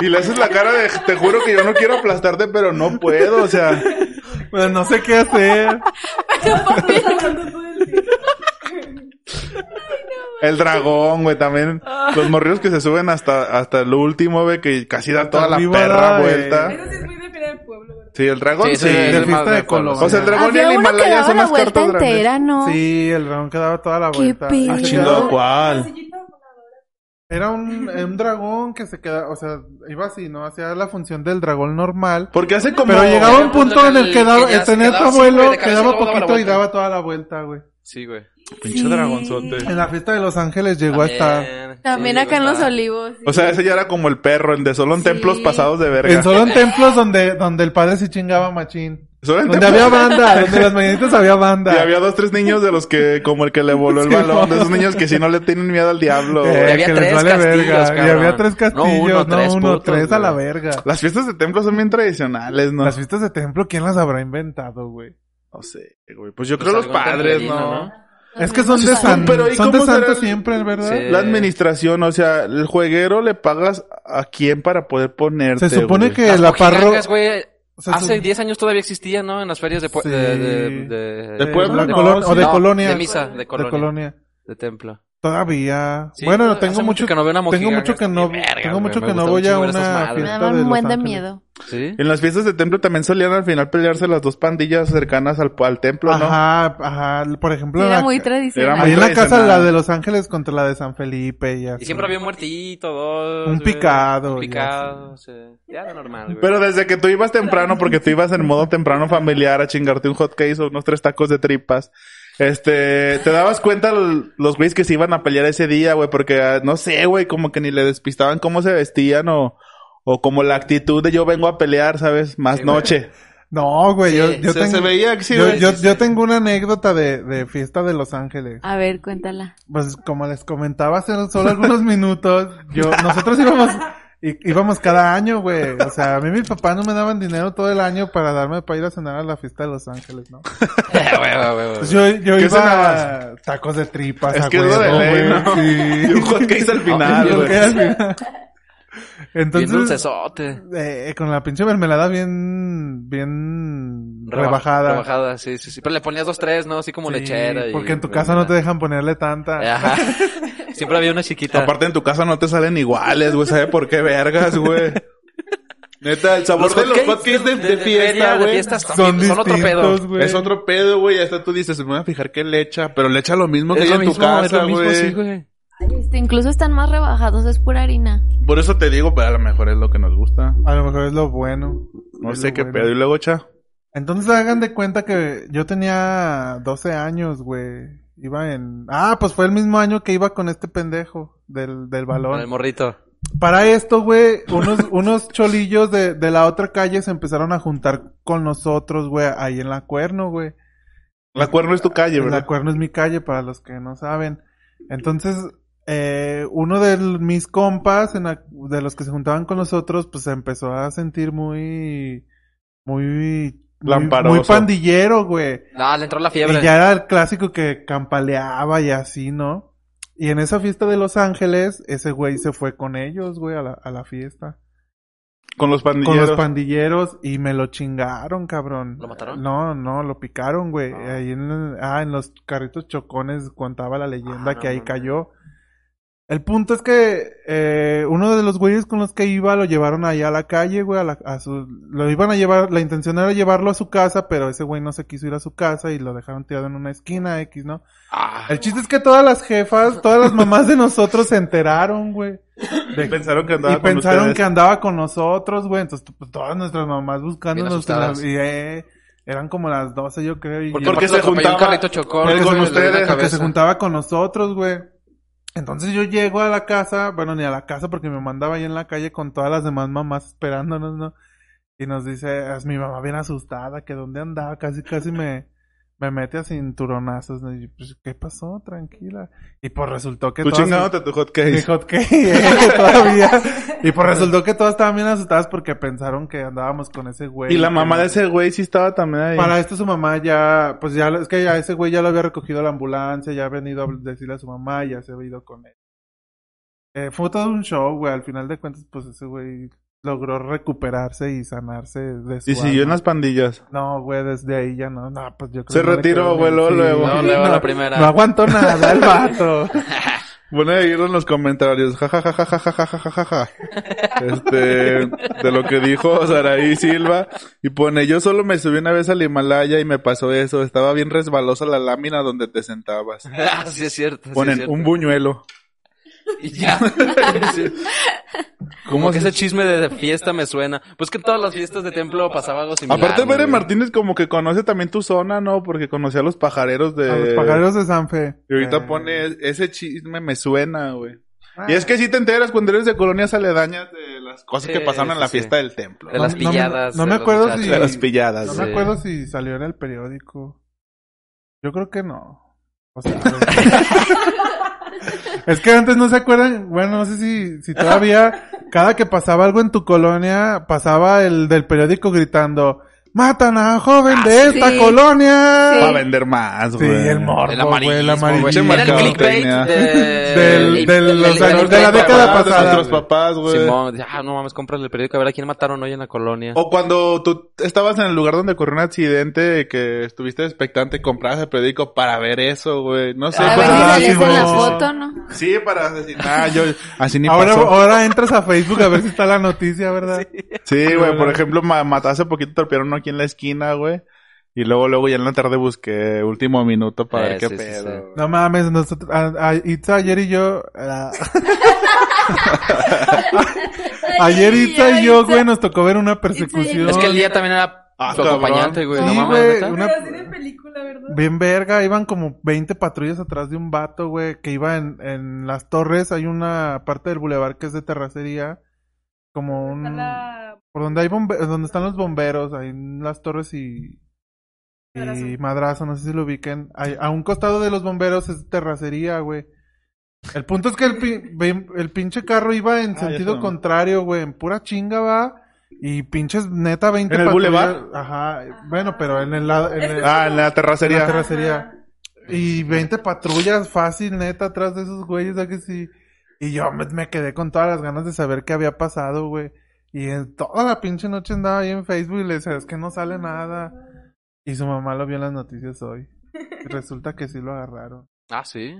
D: Y le haces la cara de, te juro que yo no quiero aplastarte, pero no puedo, o sea.
B: pues no sé qué hacer.
D: El dragón, güey, también. Los morrillos que se suben hasta, hasta el último, güey, que casi da toda
B: Hasta
D: la
B: arriba,
D: perra
B: güey.
D: vuelta.
E: Eso sí es muy de feria del pueblo, ¿verdad?
D: Sí, el dragón. Sí,
A: Sí, sí, es
B: de
A: más
B: fiesta de
A: pueblo,
B: colores.
A: sí.
D: O sea, el dragón y
C: Había
D: el
C: uno que
D: Himalaya
C: daba
D: son
C: la
D: más
C: vuelta
D: cartas grandes.
C: entera, ¿no?
B: Sí, el dragón que daba toda la
C: Qué
B: vuelta.
C: pedo.
B: Y se
C: Chido.
B: quedaba-
D: ¿cuál?
B: Era un, eh, un dragón que se quedaba, o sea, iba así, ¿no? Hacía la función del dragón normal.
D: Porque hace como...
B: Pero llegaba un punto en el que daba,
A: que ya se
B: tenía tu
A: quedaba así,
B: abuelo,
A: güey, de cabeza y
B: quedaba
A: luego daba la
B: poquito y
A: vuelta.
B: daba toda la vuelta, güey.
A: Sí, güey.
D: Pinche dragonzote.
B: En la fiesta de Los Ángeles llegó hasta...
C: También acá en Los Olivos.
D: O sea, ese ya era como el perro, el de solo en
C: Sí.
D: templos pasados de verga.
B: En solo en templos donde, donde el padre se chingaba machín.
D: Solo en
B: Donde
D: templos-
B: había banda, donde las mañanitas había
D: Y
B: banda.
D: había dos, tres niños de los que, como el que le voló el
B: Sí,
D: balón, de
B: no.
D: esos niños que si no le tienen miedo al diablo.
B: Eh,
D: güey.
A: había
B: que les
A: tres
B: vale
A: castillos,
B: verga. Y
A: cabrón.
B: había tres
A: No, uno,
B: castillos, no
A: tres
B: uno,
A: putos,
B: tres a la
A: güey.
B: verga.
D: Las fiestas de templo son bien tradicionales, ¿no?
B: Las fiestas de templo, ¿quién las habrá inventado, güey?
D: No sé, güey. Pues yo
A: Pues
D: creo los
A: algún
D: padres,
A: tempranito,
D: ¿no?
A: ¿no?
B: Es que son de,
D: Pero,
B: san,
D: pero, ¿y
B: son de
D: cómo será
B: santo
D: el-
B: siempre, ¿verdad?
A: Sí.
D: La administración, o sea, el jueguero le pagas a quién para poder ponerte.
B: Se supone
D: güey?
B: que
A: Las
B: la parroquia...
A: mojigangas, güey,
B: se
A: Hace
B: sup-
A: 10 años todavía existía, ¿no? En las ferias de... pue-
B: Sí.
A: De, de, de-
D: De pueblo,
B: la
D: no,
B: colonia-
D: sí.
B: o de
A: No,
B: colonia.
A: de misa, de colonia. de templo.
B: Todavía.
A: Sí,
B: bueno,
A: hace
B: tengo mucho
A: que no veo una
B: tengo
A: mojiganga,
B: mucho que
A: está
B: no
A: bien verga,
B: tengo
A: güey,
B: mucho
A: me
B: que no
A: gusta
B: voy
A: mucho
B: a
A: ver esas
B: una
A: madres.
C: Me
B: fiesta
C: daban
B: de
C: un
B: Los
C: buen de
B: Ángeles.
C: miedo.
A: ¿Sí?
D: En las fiestas de templo también solían al final pelearse las dos pandillas cercanas al, al templo, ¿no?
B: Ajá, ajá, por ejemplo,
C: Era
B: la-
C: muy tradicional.
D: Era muy
B: ahí en la casa
D: tradicional.
B: la de Los Ángeles contra la de San Felipe y así.
A: Y siempre había un muertito, dos...
B: Un
A: güey.
B: picado,
A: Un
B: ya
A: picado, sí. Ya era normal, güey.
D: Pero desde que tú ibas temprano, porque tú ibas en modo temprano familiar a chingarte un hot case o unos tres tacos de tripas. Este, te dabas cuenta l- los güeyes que se iban a pelear ese día, güey, porque ah, no sé, güey, como que ni le despistaban cómo se vestían o, o como la actitud de yo vengo a pelear, ¿sabes? Más
A: Sí, güey.
D: noche.
B: No, güey, yo,
A: Sí,
B: yo
D: se,
B: tengo
D: se veía que sí,
B: yo,
D: güey.
B: yo- yo tengo una anécdota de, de fiesta de Los Ángeles.
C: A ver, cuéntala.
B: Pues como les comentaba hace solo algunos minutos, yo, nosotros íbamos, í- íbamos cada año, güey. O sea, a mí mis papás no me daban dinero todo el año para darme para ir a cenar a la fiesta de Los Ángeles, ¿no?
A: Eh, güey, güey, güey, güey.
B: Pues yo, yo
D: ¿Qué
B: iba a
D: cenabas?
B: tacos de tripas,
D: Es
B: a
D: que es lo de
B: huevo,
D: ley, ¿no?
B: güey,
D: Y
B: sí.
D: un hot case al
A: Ah,
D: final,
B: Yo
D: güey.
B: que al final-
A: Bien
B: Entonces,
A: dulcesote.
B: eh, con la pinche mermelada bien, bien
A: Reba-
B: rebajada.
A: Rebajada, sí, sí, sí. Pero le ponías dos, tres, ¿no? Así como
B: Sí,
A: lechera. y- pues,
B: porque en tu casa no te dejan ponerle tanta.
A: Ajá. Siempre había una chiquita.
D: Aparte en tu casa no te salen iguales, güey, ¿sabe por qué vergas, güey? Neta, el sabor de los
A: hotcakes
D: hot cakes de, de
A: feria,
D: fiesta,
A: de
D: güey.
A: fiestas
B: Son
A: también, son otro pedo.
B: distintos, güey.
D: Es otro pedo, güey. Hasta tú dices, me voy a fijar que le echa, pero le echa lo mismo que
A: Es
D: hay
A: lo
D: en tu
A: mismo, es
D: casa,
A: lo mismo, sí,
D: güey.
A: güey.
C: Este, incluso están más rebajados, es pura harina.
D: Por eso te digo, pero a lo mejor es lo que nos gusta.
B: A lo mejor es lo bueno.
D: No
B: Es
D: sé
B: lo
D: qué
B: bueno.
D: pedo. Y luego echa.
B: Entonces hagan de cuenta que yo tenía 12 años, güey. Iba en... Ah, pues fue el mismo año que iba con este pendejo del, del
A: Con el
B: balón.
A: morrito.
B: Para esto, güey, unos, unos cholillos de, de la otra calle se empezaron a juntar con nosotros, güey, ahí en la cuerno, güey.
D: La cuerno es tu calle,
B: En La
D: ¿verdad?
B: cuerno es mi calle, para los que no saben. Entonces, eh, uno de l- mis compas, en la- de los que se juntaban con nosotros, pues se empezó a sentir muy, muy, muy,
D: Lamparoso.
B: muy pandillero, güey.
A: No, le entró la fiebre.
B: Y ya era el clásico que campaleaba y así, ¿no? Y en esa fiesta de Los Ángeles, ese güey se fue con ellos, güey, a la, a la fiesta.
D: Con los
B: Con
D: pandilleros.
B: los pandilleros y me lo chingaron, cabrón.
A: ¿Lo mataron?
B: No, no, lo picaron, güey.
A: Ah.
B: Ahí en, ah, en los carritos chocones contaba la leyenda
A: Ah, no
B: que ahí
A: mames.
B: cayó. El punto es que eh, uno de los güeyes con los que iba lo llevaron allá a la calle, güey, a, la- a su, lo iban a llevar, la intención era llevarlo a su casa, pero ese güey no se quiso ir a su casa y lo dejaron tirado en una esquina X, ¿no?
A: Ah,
B: El chiste es que todas las jefas, todas las mamás de nosotros se enteraron, güey.
D: Y pensaron que andaba
B: Y
D: con
B: pensaron
D: ustedes.
B: que andaba con nosotros, güey. Entonces, pues, todas nuestras mamás
A: Bien
B: buscándonos.
A: asustadas.
B: Y, eh, eran como las 12, yo creo. Y
A: Porque,
D: Porque
A: se
D: se
A: juntaba. Un
D: juntaba-
A: carrito chocón.
D: porque
A: le
D: con
A: dio la
D: ustedes, porque
B: que
A: cabeza.
B: se juntaba con nosotros, güey. Entonces yo llego a la casa, bueno, ni a la casa porque mi mamá andaba ahí en la calle con todas las demás mamás esperándonos, ¿no? Y nos dice, es mi mamá bien asustada, que dónde andaba, casi, casi me, me mete a cinturonazos, ¿no? Y yo, pues, ¿qué pasó? Tranquila. Y pues resultó que
D: Tú
B: todas-
D: chingándote tu hot
B: de
D: case.
B: hot cake, eh, todavía. Y pues resultó que todas estaban bien asustadas porque pensaron que andábamos con ese güey.
D: Y la mamá de ese güey sí estaba también ahí.
B: Para esto su mamá ya, pues ya, es que ya ese güey ya lo había recogido a la ambulancia, ya ha venido a decirle a su mamá, ya se había ido con él. Eh, fue todo un show, güey. Al final de cuentas, pues ese güey logró recuperarse y sanarse de su
D: Y siguió en
B: alma.
D: las pandillas.
B: No, güey, desde ahí ya no. No, pues yo creo
D: Se
B: que no le
D: retiró,
B: quedó
D: güey,
B: bien,
D: luego, luego.
A: No, luego la primera.
B: No aguantó nada el vato.
D: Bueno, ahí en los comentarios, ja, ja, ja, ja, ja, ja, ja, ja, ja, ja, ja. Este, de lo que dijo Saraí Silva. Y pone, yo solo me subí una vez al Himalaya y me pasó eso. Estaba bien resbalosa la lámina donde te sentabas.
A: Ah, sí es cierto. sí es
D: Ponen,
A: cierto.
D: un buñuelo.
A: Y ya. ¿Cómo que ese chisme de fiesta me suena? Pues que en todas las fiestas de templo pasaba algo similar.
D: Aparte, Bere
A: güey.
D: Martínez como que conoce también tu zona, ¿no? Porque conocía a los pajareros de...
B: A los pajareros de San Fe.
D: Y ahorita
B: Eh,
D: pone, ese chisme me suena, güey.
B: ah,
D: Y es que si te enteras cuando eres de colonias aledañas de las cosas que
A: Sí,
D: pasaron en
A: sí,
D: la
A: sí.
D: fiesta del templo.
A: De las
B: No, no me-
A: pilladas.
B: no
A: de
B: me
A: los
B: acuerdo
A: muchachos.
B: si-
D: De las
B: No
D: pilladas.
B: me
A: Sí.
B: acuerdo si salió en el periódico. Yo creo que no. O sea, es que antes no se acuerdan, bueno, no sé si, si todavía, cada que pasaba algo en tu colonia, pasaba el del periódico gritando, matan a joven de esta
C: sí.
B: colonia.
D: Para vender más,
B: Sí,
D: güey.
B: el morbo,
A: El
B: güey, el
A: amarillismo, güey.
B: amarillismo.
A: Era el clickbait
D: mercadotecnia.
A: de...
B: Del- del- los-
D: De
B: de la
D: nuestros
B: década
D: papás, de
B: pasada,
D: nuestros
B: güey.
D: papás, güey.
A: Simón, de, ah, no mames, cómprale el periódico a ver a quién mataron hoy en la colonia.
D: O cuando tú estabas en el lugar donde ocurrió un accidente que estuviste expectante y compraste el periódico para ver eso, güey. No sé.
C: A ver
D: cosas
C: si
B: Ah,
D: así,
C: sales en la
D: güey.
B: Simón.
C: foto, ¿no?
D: Sí, para asesinar. ah, Yo, así ni
B: Ahora,
D: pasó.
B: ahora entras a Facebook a ver si está la noticia, ¿verdad?
D: Sí,
B: Ahora-
D: güey. Por ejemplo, ma- maté hace poquito, torpearon uno aquí en la esquina, güey. Y luego, luego ya en la tarde busqué último minuto para
A: Eh,
D: ver qué
A: sí, sí,
D: pedo.
A: sí.
D: güey.
B: No mames, nosotros, a- a- Itza, ayer y yo, ah, ayer Itza y yo, güey, nos tocó ver una persecución.
A: Es que el día también era
D: Ah,
A: su
D: cabrón.
A: acompañante, güey.
B: Sí,
A: no mames,
B: güey,
A: ¿neta?
B: una-
E: Pero así de película, ¿verdad?
B: Bien verga, iban como 20 patrullas atrás de un vato, güey, que iba en, en las torres, hay una parte del bulevar que es de terracería, como un...
E: Está la-
B: Por donde hay bombe- donde están los bomberos, hay las torres y...
E: Madrazo.
B: Y madrazo, no sé si lo ubiquen. Hay- a un costado de los bomberos es terracería, güey. El punto es que el, pin- ve- el pinche carro iba en
D: Ah, ya
B: sentido
D: sé.
B: contrario, güey, en pura chinga va. Y pinches neta 20
D: ¿En el
B: patrullas-
D: boulevard?
B: Ajá, bueno, pero en el lado... en
E: Ah, Es
B: el-
E: que
D: Ah, en la terracería.
B: Eh, En la terracería.
E: Ajá.
B: Y 20 patrullas fácil, neta, atrás de esos güeyes, ¿a que sí? Y yo me, me quedé con todas las ganas de saber qué había pasado, güey. Y en toda la pinche noche andaba ahí en Facebook y le decía, es que no sale nada. Y su mamá lo vio en las noticias hoy. Y resulta que sí lo agarraron.
A: Ah, sí.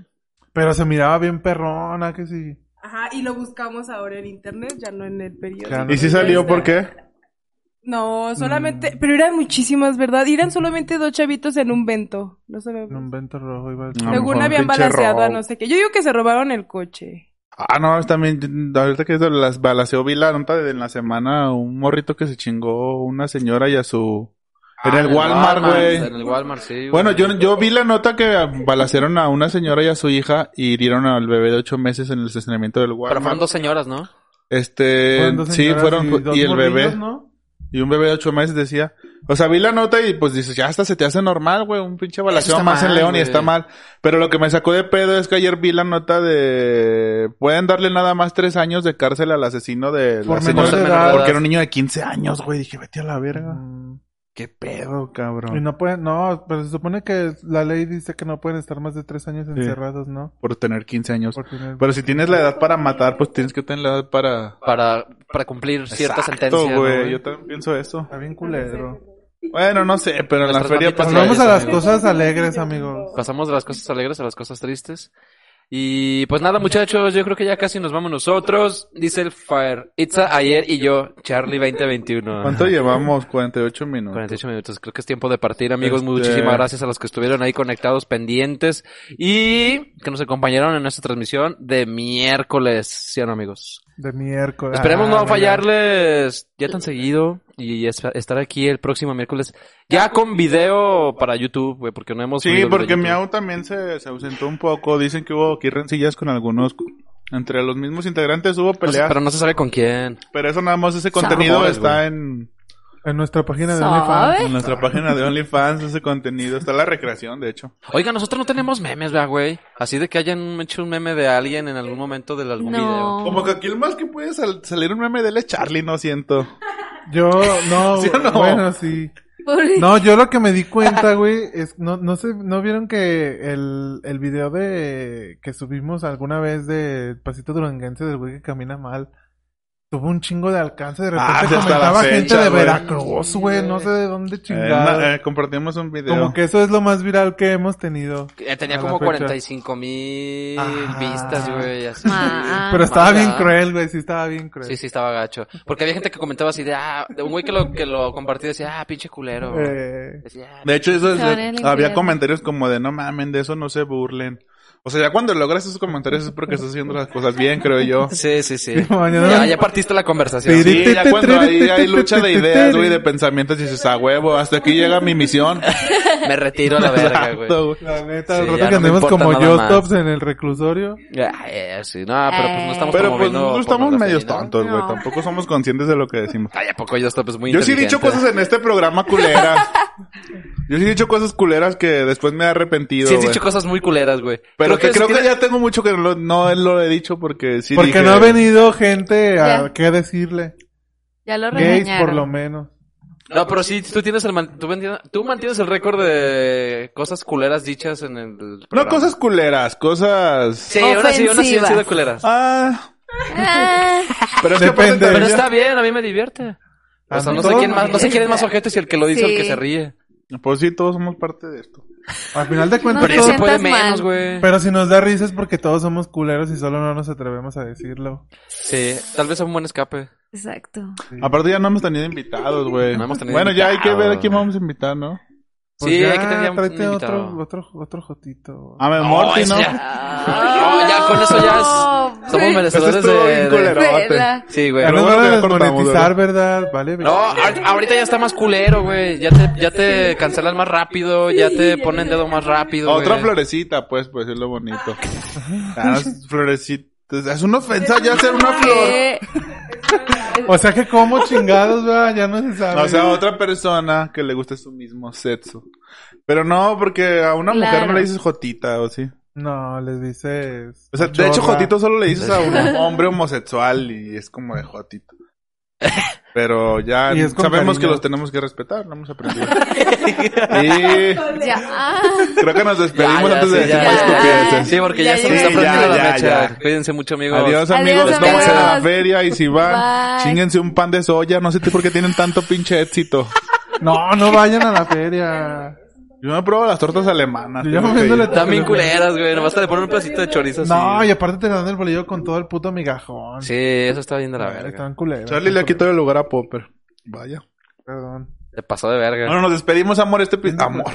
B: Pero se miraba bien perrona, que sí.
E: Ajá, y lo buscamos ahora en internet, ya no en el periódico.
B: Ya no.
D: ¿Y si salió por qué?
E: No, solamente, pero eran muchísimas, ¿verdad? Y Eran solamente dos chavitos en un vento. No sabemos.
B: En un vento rojo iba el-
D: No, A lo
E: Según
D: mejor
E: habían
D: un pinche
E: balanceado a
D: robo.
E: no sé qué. Yo digo que se robaron el coche.
D: Ah, no, es también, ahorita que es de las balaseó, vi la nota de en la semana un morrito que se chingó una señora y a su... en
A: Ah,
D: el Walmart,
A: En
D: güey.
A: el Walmart, sí. güey.
D: Bueno, yo, yo vi la nota que balacearon a una señora y a su hija y hirieron al bebé de ocho meses en el estacionamiento del
A: Pero
D: Walmart.
A: fueron dos señoras, ¿no?
D: Este,
B: Fueron dos
D: sí,
B: señoras
D: fueron,
B: dos
D: y, el bebé,
B: morrillos, ¿no?
D: y un bebé de ocho meses decía. O sea, vi la nota y pues dices, ya hasta se te hace normal, güey, un pinche balaceo
A: está
D: más en
A: mal,
D: León
A: güey.
D: y está mal. Pero lo que me sacó de pedo es que ayer vi la nota de, pueden darle nada más tres años de cárcel al asesino de
B: Por
D: la
B: menor
D: señora-
B: de
A: menor de
B: edad.
D: Porque era un niño de 15 años, güey, dije, vete a la verga.
B: Mm.
D: Qué pedo,
B: Y
D: cabrón.
B: no pueden, no, pero se supone que la ley dice que no pueden estar más de tres años encerrados, ¿no?
D: Por tener 15 años.
B: Por tener-
D: Pero si tienes la edad para matar, pues tienes que tener la edad para...
A: Para, para cumplir cierta
D: Exacto,
A: sentencia. ¿no,
D: güey,
A: güey?
D: yo también pienso eso.
B: Está bien culero.
D: Bueno, no sé, pero en la
A: Nuestras
D: feria
A: mamitas
D: pasa
B: Nos vamos a las
A: amigos.
B: cosas alegres, amigos.
A: Pasamos de las cosas alegres a las cosas tristes. Y pues nada, muchachos, yo creo que ya casi nos vamos nosotros. Dice el Fire. Itza, ayer y yo, Charlie 2021.
D: ¿Cuánto llevamos? 48 minutos.
A: 48 minutos. Creo que es tiempo de partir, amigos.
D: Este-
A: Muchísimas gracias a los que estuvieron ahí conectados, pendientes y que nos acompañaron en nuestra transmisión de miércoles. ¿Sí o no, amigos?
B: De miércoles.
A: Esperemos
B: Ah,
A: no
B: mira.
A: fallarles ya tan seguido y es- estar aquí el próximo miércoles ya con video para YouTube, güey, porque no hemos
D: Sí,
A: subido el de
D: porque
A: YouTube.
D: Miau también se, se ausentó un poco. Dicen que hubo aquí rencillas con algunos. Entre los mismos integrantes hubo
A: No sé,
D: peleas.
A: pero
D: pero,
A: no se sabe con quién.
D: eso nada más, ese contenido
A: rumores,
D: está en,
B: En nuestra página de OnlyFans.
C: ¿Sabe?
D: en nuestra página de OnlyFans. Ese contenido está la recreación, de hecho.
A: Oiga, nosotros no tenemos memes, ¿verdad, güey. Así de que hayan hecho un meme de alguien en algún momento de algún video.
B: Oh.
C: No.
D: Como que aquí el más que puede sal- salir un meme de él es Charlie, no siento. Eh,
B: Yo, no,
D: ¿Sí o no?
B: bueno, sí.
C: Pobre-
B: No, yo lo que me di cuenta, güey, es, no, no sé, ¿no vieron que el, el video de, que subimos alguna vez de Pasito Duranguense del güey que camina mal? Tuvo un chingo de alcance. De repente
D: Ah, sí, hasta la
B: comentaba
D: fecha,
B: gente de
D: güey.
B: Veracruz, güey. No sé de dónde
D: Eh,
B: chingada.
D: na- eh, compartimos un video.
B: Como que eso es lo más viral que hemos tenido.
A: Eh,
B: A
A: Tenía
B: la
A: como
B: fecha.
A: 45 mil
B: Ah.
A: vistas, güey. así.
C: Ma-
B: Pero estaba
A: Ah, mala.
B: bien cruel, güey. Sí, estaba bien cruel.
A: Sí, sí, estaba gacho. Porque había gente que comentaba así de, ah, de un güey que lo, que lo compartía decía, ah, pinche culero.
B: Eh,
A: Decía, ah,
D: De hecho, eso es- eh,
C: Se van al
D: había
C: infierno.
D: comentarios como de no mamen, de eso no se burlen. O sea, ya cuando logras esos comentarios es porque estás haciendo las cosas bien, creo yo.
A: Sí, sí, sí.
B: mañana-
A: Ya, ya partiste la conversación.
B: Sí.
D: Sí, ya cuando hay, hay lucha de ideas, güey, de pensamientos, dices, a huevo, hasta aquí llega mi misión.
A: Me retiro a la verga, güey.
D: Exacto, güey.
B: La neta,
A: Sí,
B: el
A: ya no
B: rato que
A: me
B: andemos
A: importa
B: como
A: nada
B: yo
A: más.
B: tops en el reclusorio.
A: Ah, eh, sí, no, pero pues no estamos
D: Pero
A: como
D: pues
A: viendo
D: nosotros estamos
A: pornografía,
D: medios
A: ¿no?
D: tontos, güey.
C: No.
D: Tampoco somos conscientes de lo que decimos.
A: Ay, ¿a poco yo estoy pues muy
D: Yo sí he dicho
A: inteligente?
D: cosas en este programa culeras. Yo sí he dicho cosas culeras que después me he arrepentido.
A: Sí has
D: güey.
A: dicho cosas muy culeras, güey.
D: Pero que,
A: sí
D: creo que
A: tiene-
D: ya tengo mucho que lo- no lo he dicho porque sí.
B: porque
D: dije-
B: no ha venido gente a
C: Ya.
B: qué decirle.
C: Ya lo
B: Gays,
C: regañaron.
B: por lo menos.
A: No, pero sí, tú tienes el man- tú, mantien- tú mantienes el récord de cosas culeras dichas en el
D: No
A: programa.
D: cosas culeras, cosas.
A: Sí, ahora sí, ahora sí han sido culeras.
D: Ah,
C: Ah,
D: pero es que
B: Depende.
D: aparte
A: Pero
D: también-
A: está bien, a mí me divierte. O sea, no sé
B: Todos-
A: quién más, no sé quién es más ojete si el que lo dice o el que
C: Sí.
A: se ríe.
D: Pues sí, todos somos parte de esto.
B: Al final de cuentas,
C: No
A: Pero
C: te
B: todos-
A: eso puede
C: sientas mal.
A: menos, güey.
B: pero si nos da risa es porque todos somos culeros y solo no nos atrevemos a decirlo.
A: Sí, tal vez sea un buen escape.
C: exacto.
D: Aparte ya no hemos tenido invitados, güey.
A: No hemos tenido
D: bueno, ya hay que ver a quién
A: invitados.
D: vamos a invitar, ¿no?
B: Pues
A: sí,
B: ya,
A: hay que tener un
B: tráete
A: invitado.
B: otro, otro, otro jotito.
D: A ver,
A: Oh,
D: Morty,
A: eso
D: ¿no?
A: ya. No, Ah, ya con eso ya es- somos
C: Re-
A: merecedores
D: Pues estuvo
A: de,
D: bien
A: de-
D: culero.
C: Vela.
A: Sí, güey.
B: Ya
D: Pero
B: nos
D: bueno,
B: van a
D: ya cortamos,
B: desmonetizar, ¿verdad? Vale,
A: No,
B: verga.
A: ahor- ahorita ya está más culero, güey. Ya te, ya te cancelan más rápido, ya te ponen dedo más rápido.
D: Otra
A: güey.
D: florecita, pues, pues es lo bonito. Ah, es florecitas. Es una ofensa ya ser una flor.
C: Eh,
B: O sea que como chingados, ¿verdad? Ya no se sabe.
D: No, o sea, otra persona que le guste su mismo sexo. Pero no, porque a una mujer no
C: Claro.
D: le dices jotita, ¿o sí?
B: No, les dices.
D: O sea, de hecho,
B: chorra.
D: Jotito solo le dices a un hombre homosexual y es como de Jotito. Pero ya
B: Y es con
D: sabemos
B: cariño.
D: que los tenemos que respetar, no hemos aprendido. y
C: ya.
D: creo que nos despedimos
A: Ya, ya,
D: antes
A: sí,
D: de decir
A: ya.
D: más estupideces.
A: Sí, porque ya,
C: Ya
A: se nos está
C: llegó. Sí,
A: prendiendo
D: ya,
A: la
D: ya,
A: mecha.
D: ya.
A: Cuídense mucho, amigos.
D: Adiós, amigos.
C: Adiós,
D: Estamos en la
C: amigos.
D: feria y si van,
C: Bye.
D: chinguense un pan de soya. No sé por qué tienen tanto pinche éxito.
B: No, no vayan a la feria.
D: Yo me pruebo las tortas alemanas.
B: Yo ya
D: tengo
B: me
D: que
B: viendo
D: ir.
B: la-
A: Están bien culeras, güey. Nomás te le ponen un pedacito de chorizo así.
B: No, y aparte te dan el bolillo con todo el puto migajón.
A: Sí, eso está bien de la
B: Ay,
A: verga.
B: Están culeros.
D: Charlie le quitó el lugar a Popper. Vaya.
B: Perdón.
A: Te pasó de verga.
D: Bueno, nos despedimos, amor. Este epi- Amor.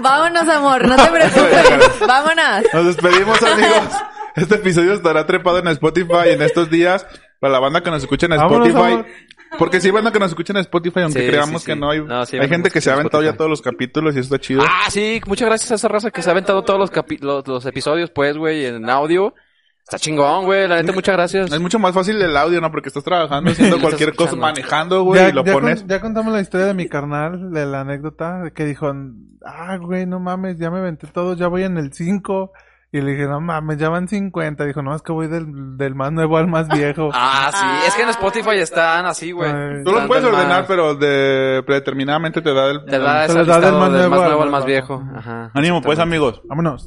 C: Vámonos, amor, no te preocupes. Vámonos.
D: Nos despedimos, amigos. Este episodio estará trepado en Spotify en estos días. Para la banda que nos escucha en
B: Vámonos,
D: Spotify.
B: amor.
D: Porque sí, hay banda que nos escucha en Spotify, aunque
A: Sí,
D: creamos
A: sí,
D: que
A: sí.
D: no hay.
A: No, sí,
D: hay
A: hay
D: gente
A: banda
D: que se ha
A: que escucha
D: aventado
A: en
D: ya todos los capítulos y eso está chido.
A: Ah, sí, muchas gracias a esa raza que se ha aventado todos los, capi- los, los episodios, pues, güey, en audio. Está chingón, güey. La neta, muchas gracias.
D: Es mucho más fácil el audio, ¿no? Porque estás trabajando, haciendo
A: Estás
D: cualquier cosa,
A: escuchando.
D: manejando, güey,
B: ya,
D: y lo
B: ya con-
D: pones.
B: ya contamos la historia de mi carnal, de la anécdota, de que dijo, ah, güey, no mames, ya me venté todo, ya voy en el 5. Y le dije, no mames, ya van 50. Dijo, no, es que voy del, del más nuevo al más viejo.
A: Ah, sí. Es que en Spotify están así, güey.
B: Ay.
D: Tú lo
A: Están
D: puedes
A: del
D: ordenar,
A: más-
D: pero de predeterminadamente te da el.
A: Te da
B: Se
A: ese
B: les da del
A: listado
B: más
A: del más
B: nuevo al
A: nuevo al
B: más
A: más viejo. Ajá.
D: Ánimo, pues, amigos.
B: Vámonos.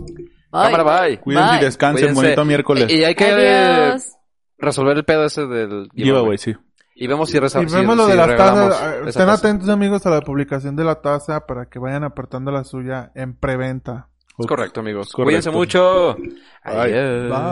C: Bye.
A: Cámara, bye.
D: Cuídense y
C: Bye.
D: descansen.
A: Cuídense.
D: Bonito miércoles.
A: Y, y hay que eh,
C: Adiós.
A: resolver el pedo ese del
D: Giveaway, sí.
A: Y vemos si
B: Y
A: resolvemos.
B: vemos lo de las tazas. Estén atentos, amigos, a la publicación de la taza para que vayan apartando la suya en preventa.
A: correcto, amigos.
D: Correcto.
A: Cuídense mucho.
D: Bye.
A: Adiós.
B: Bye.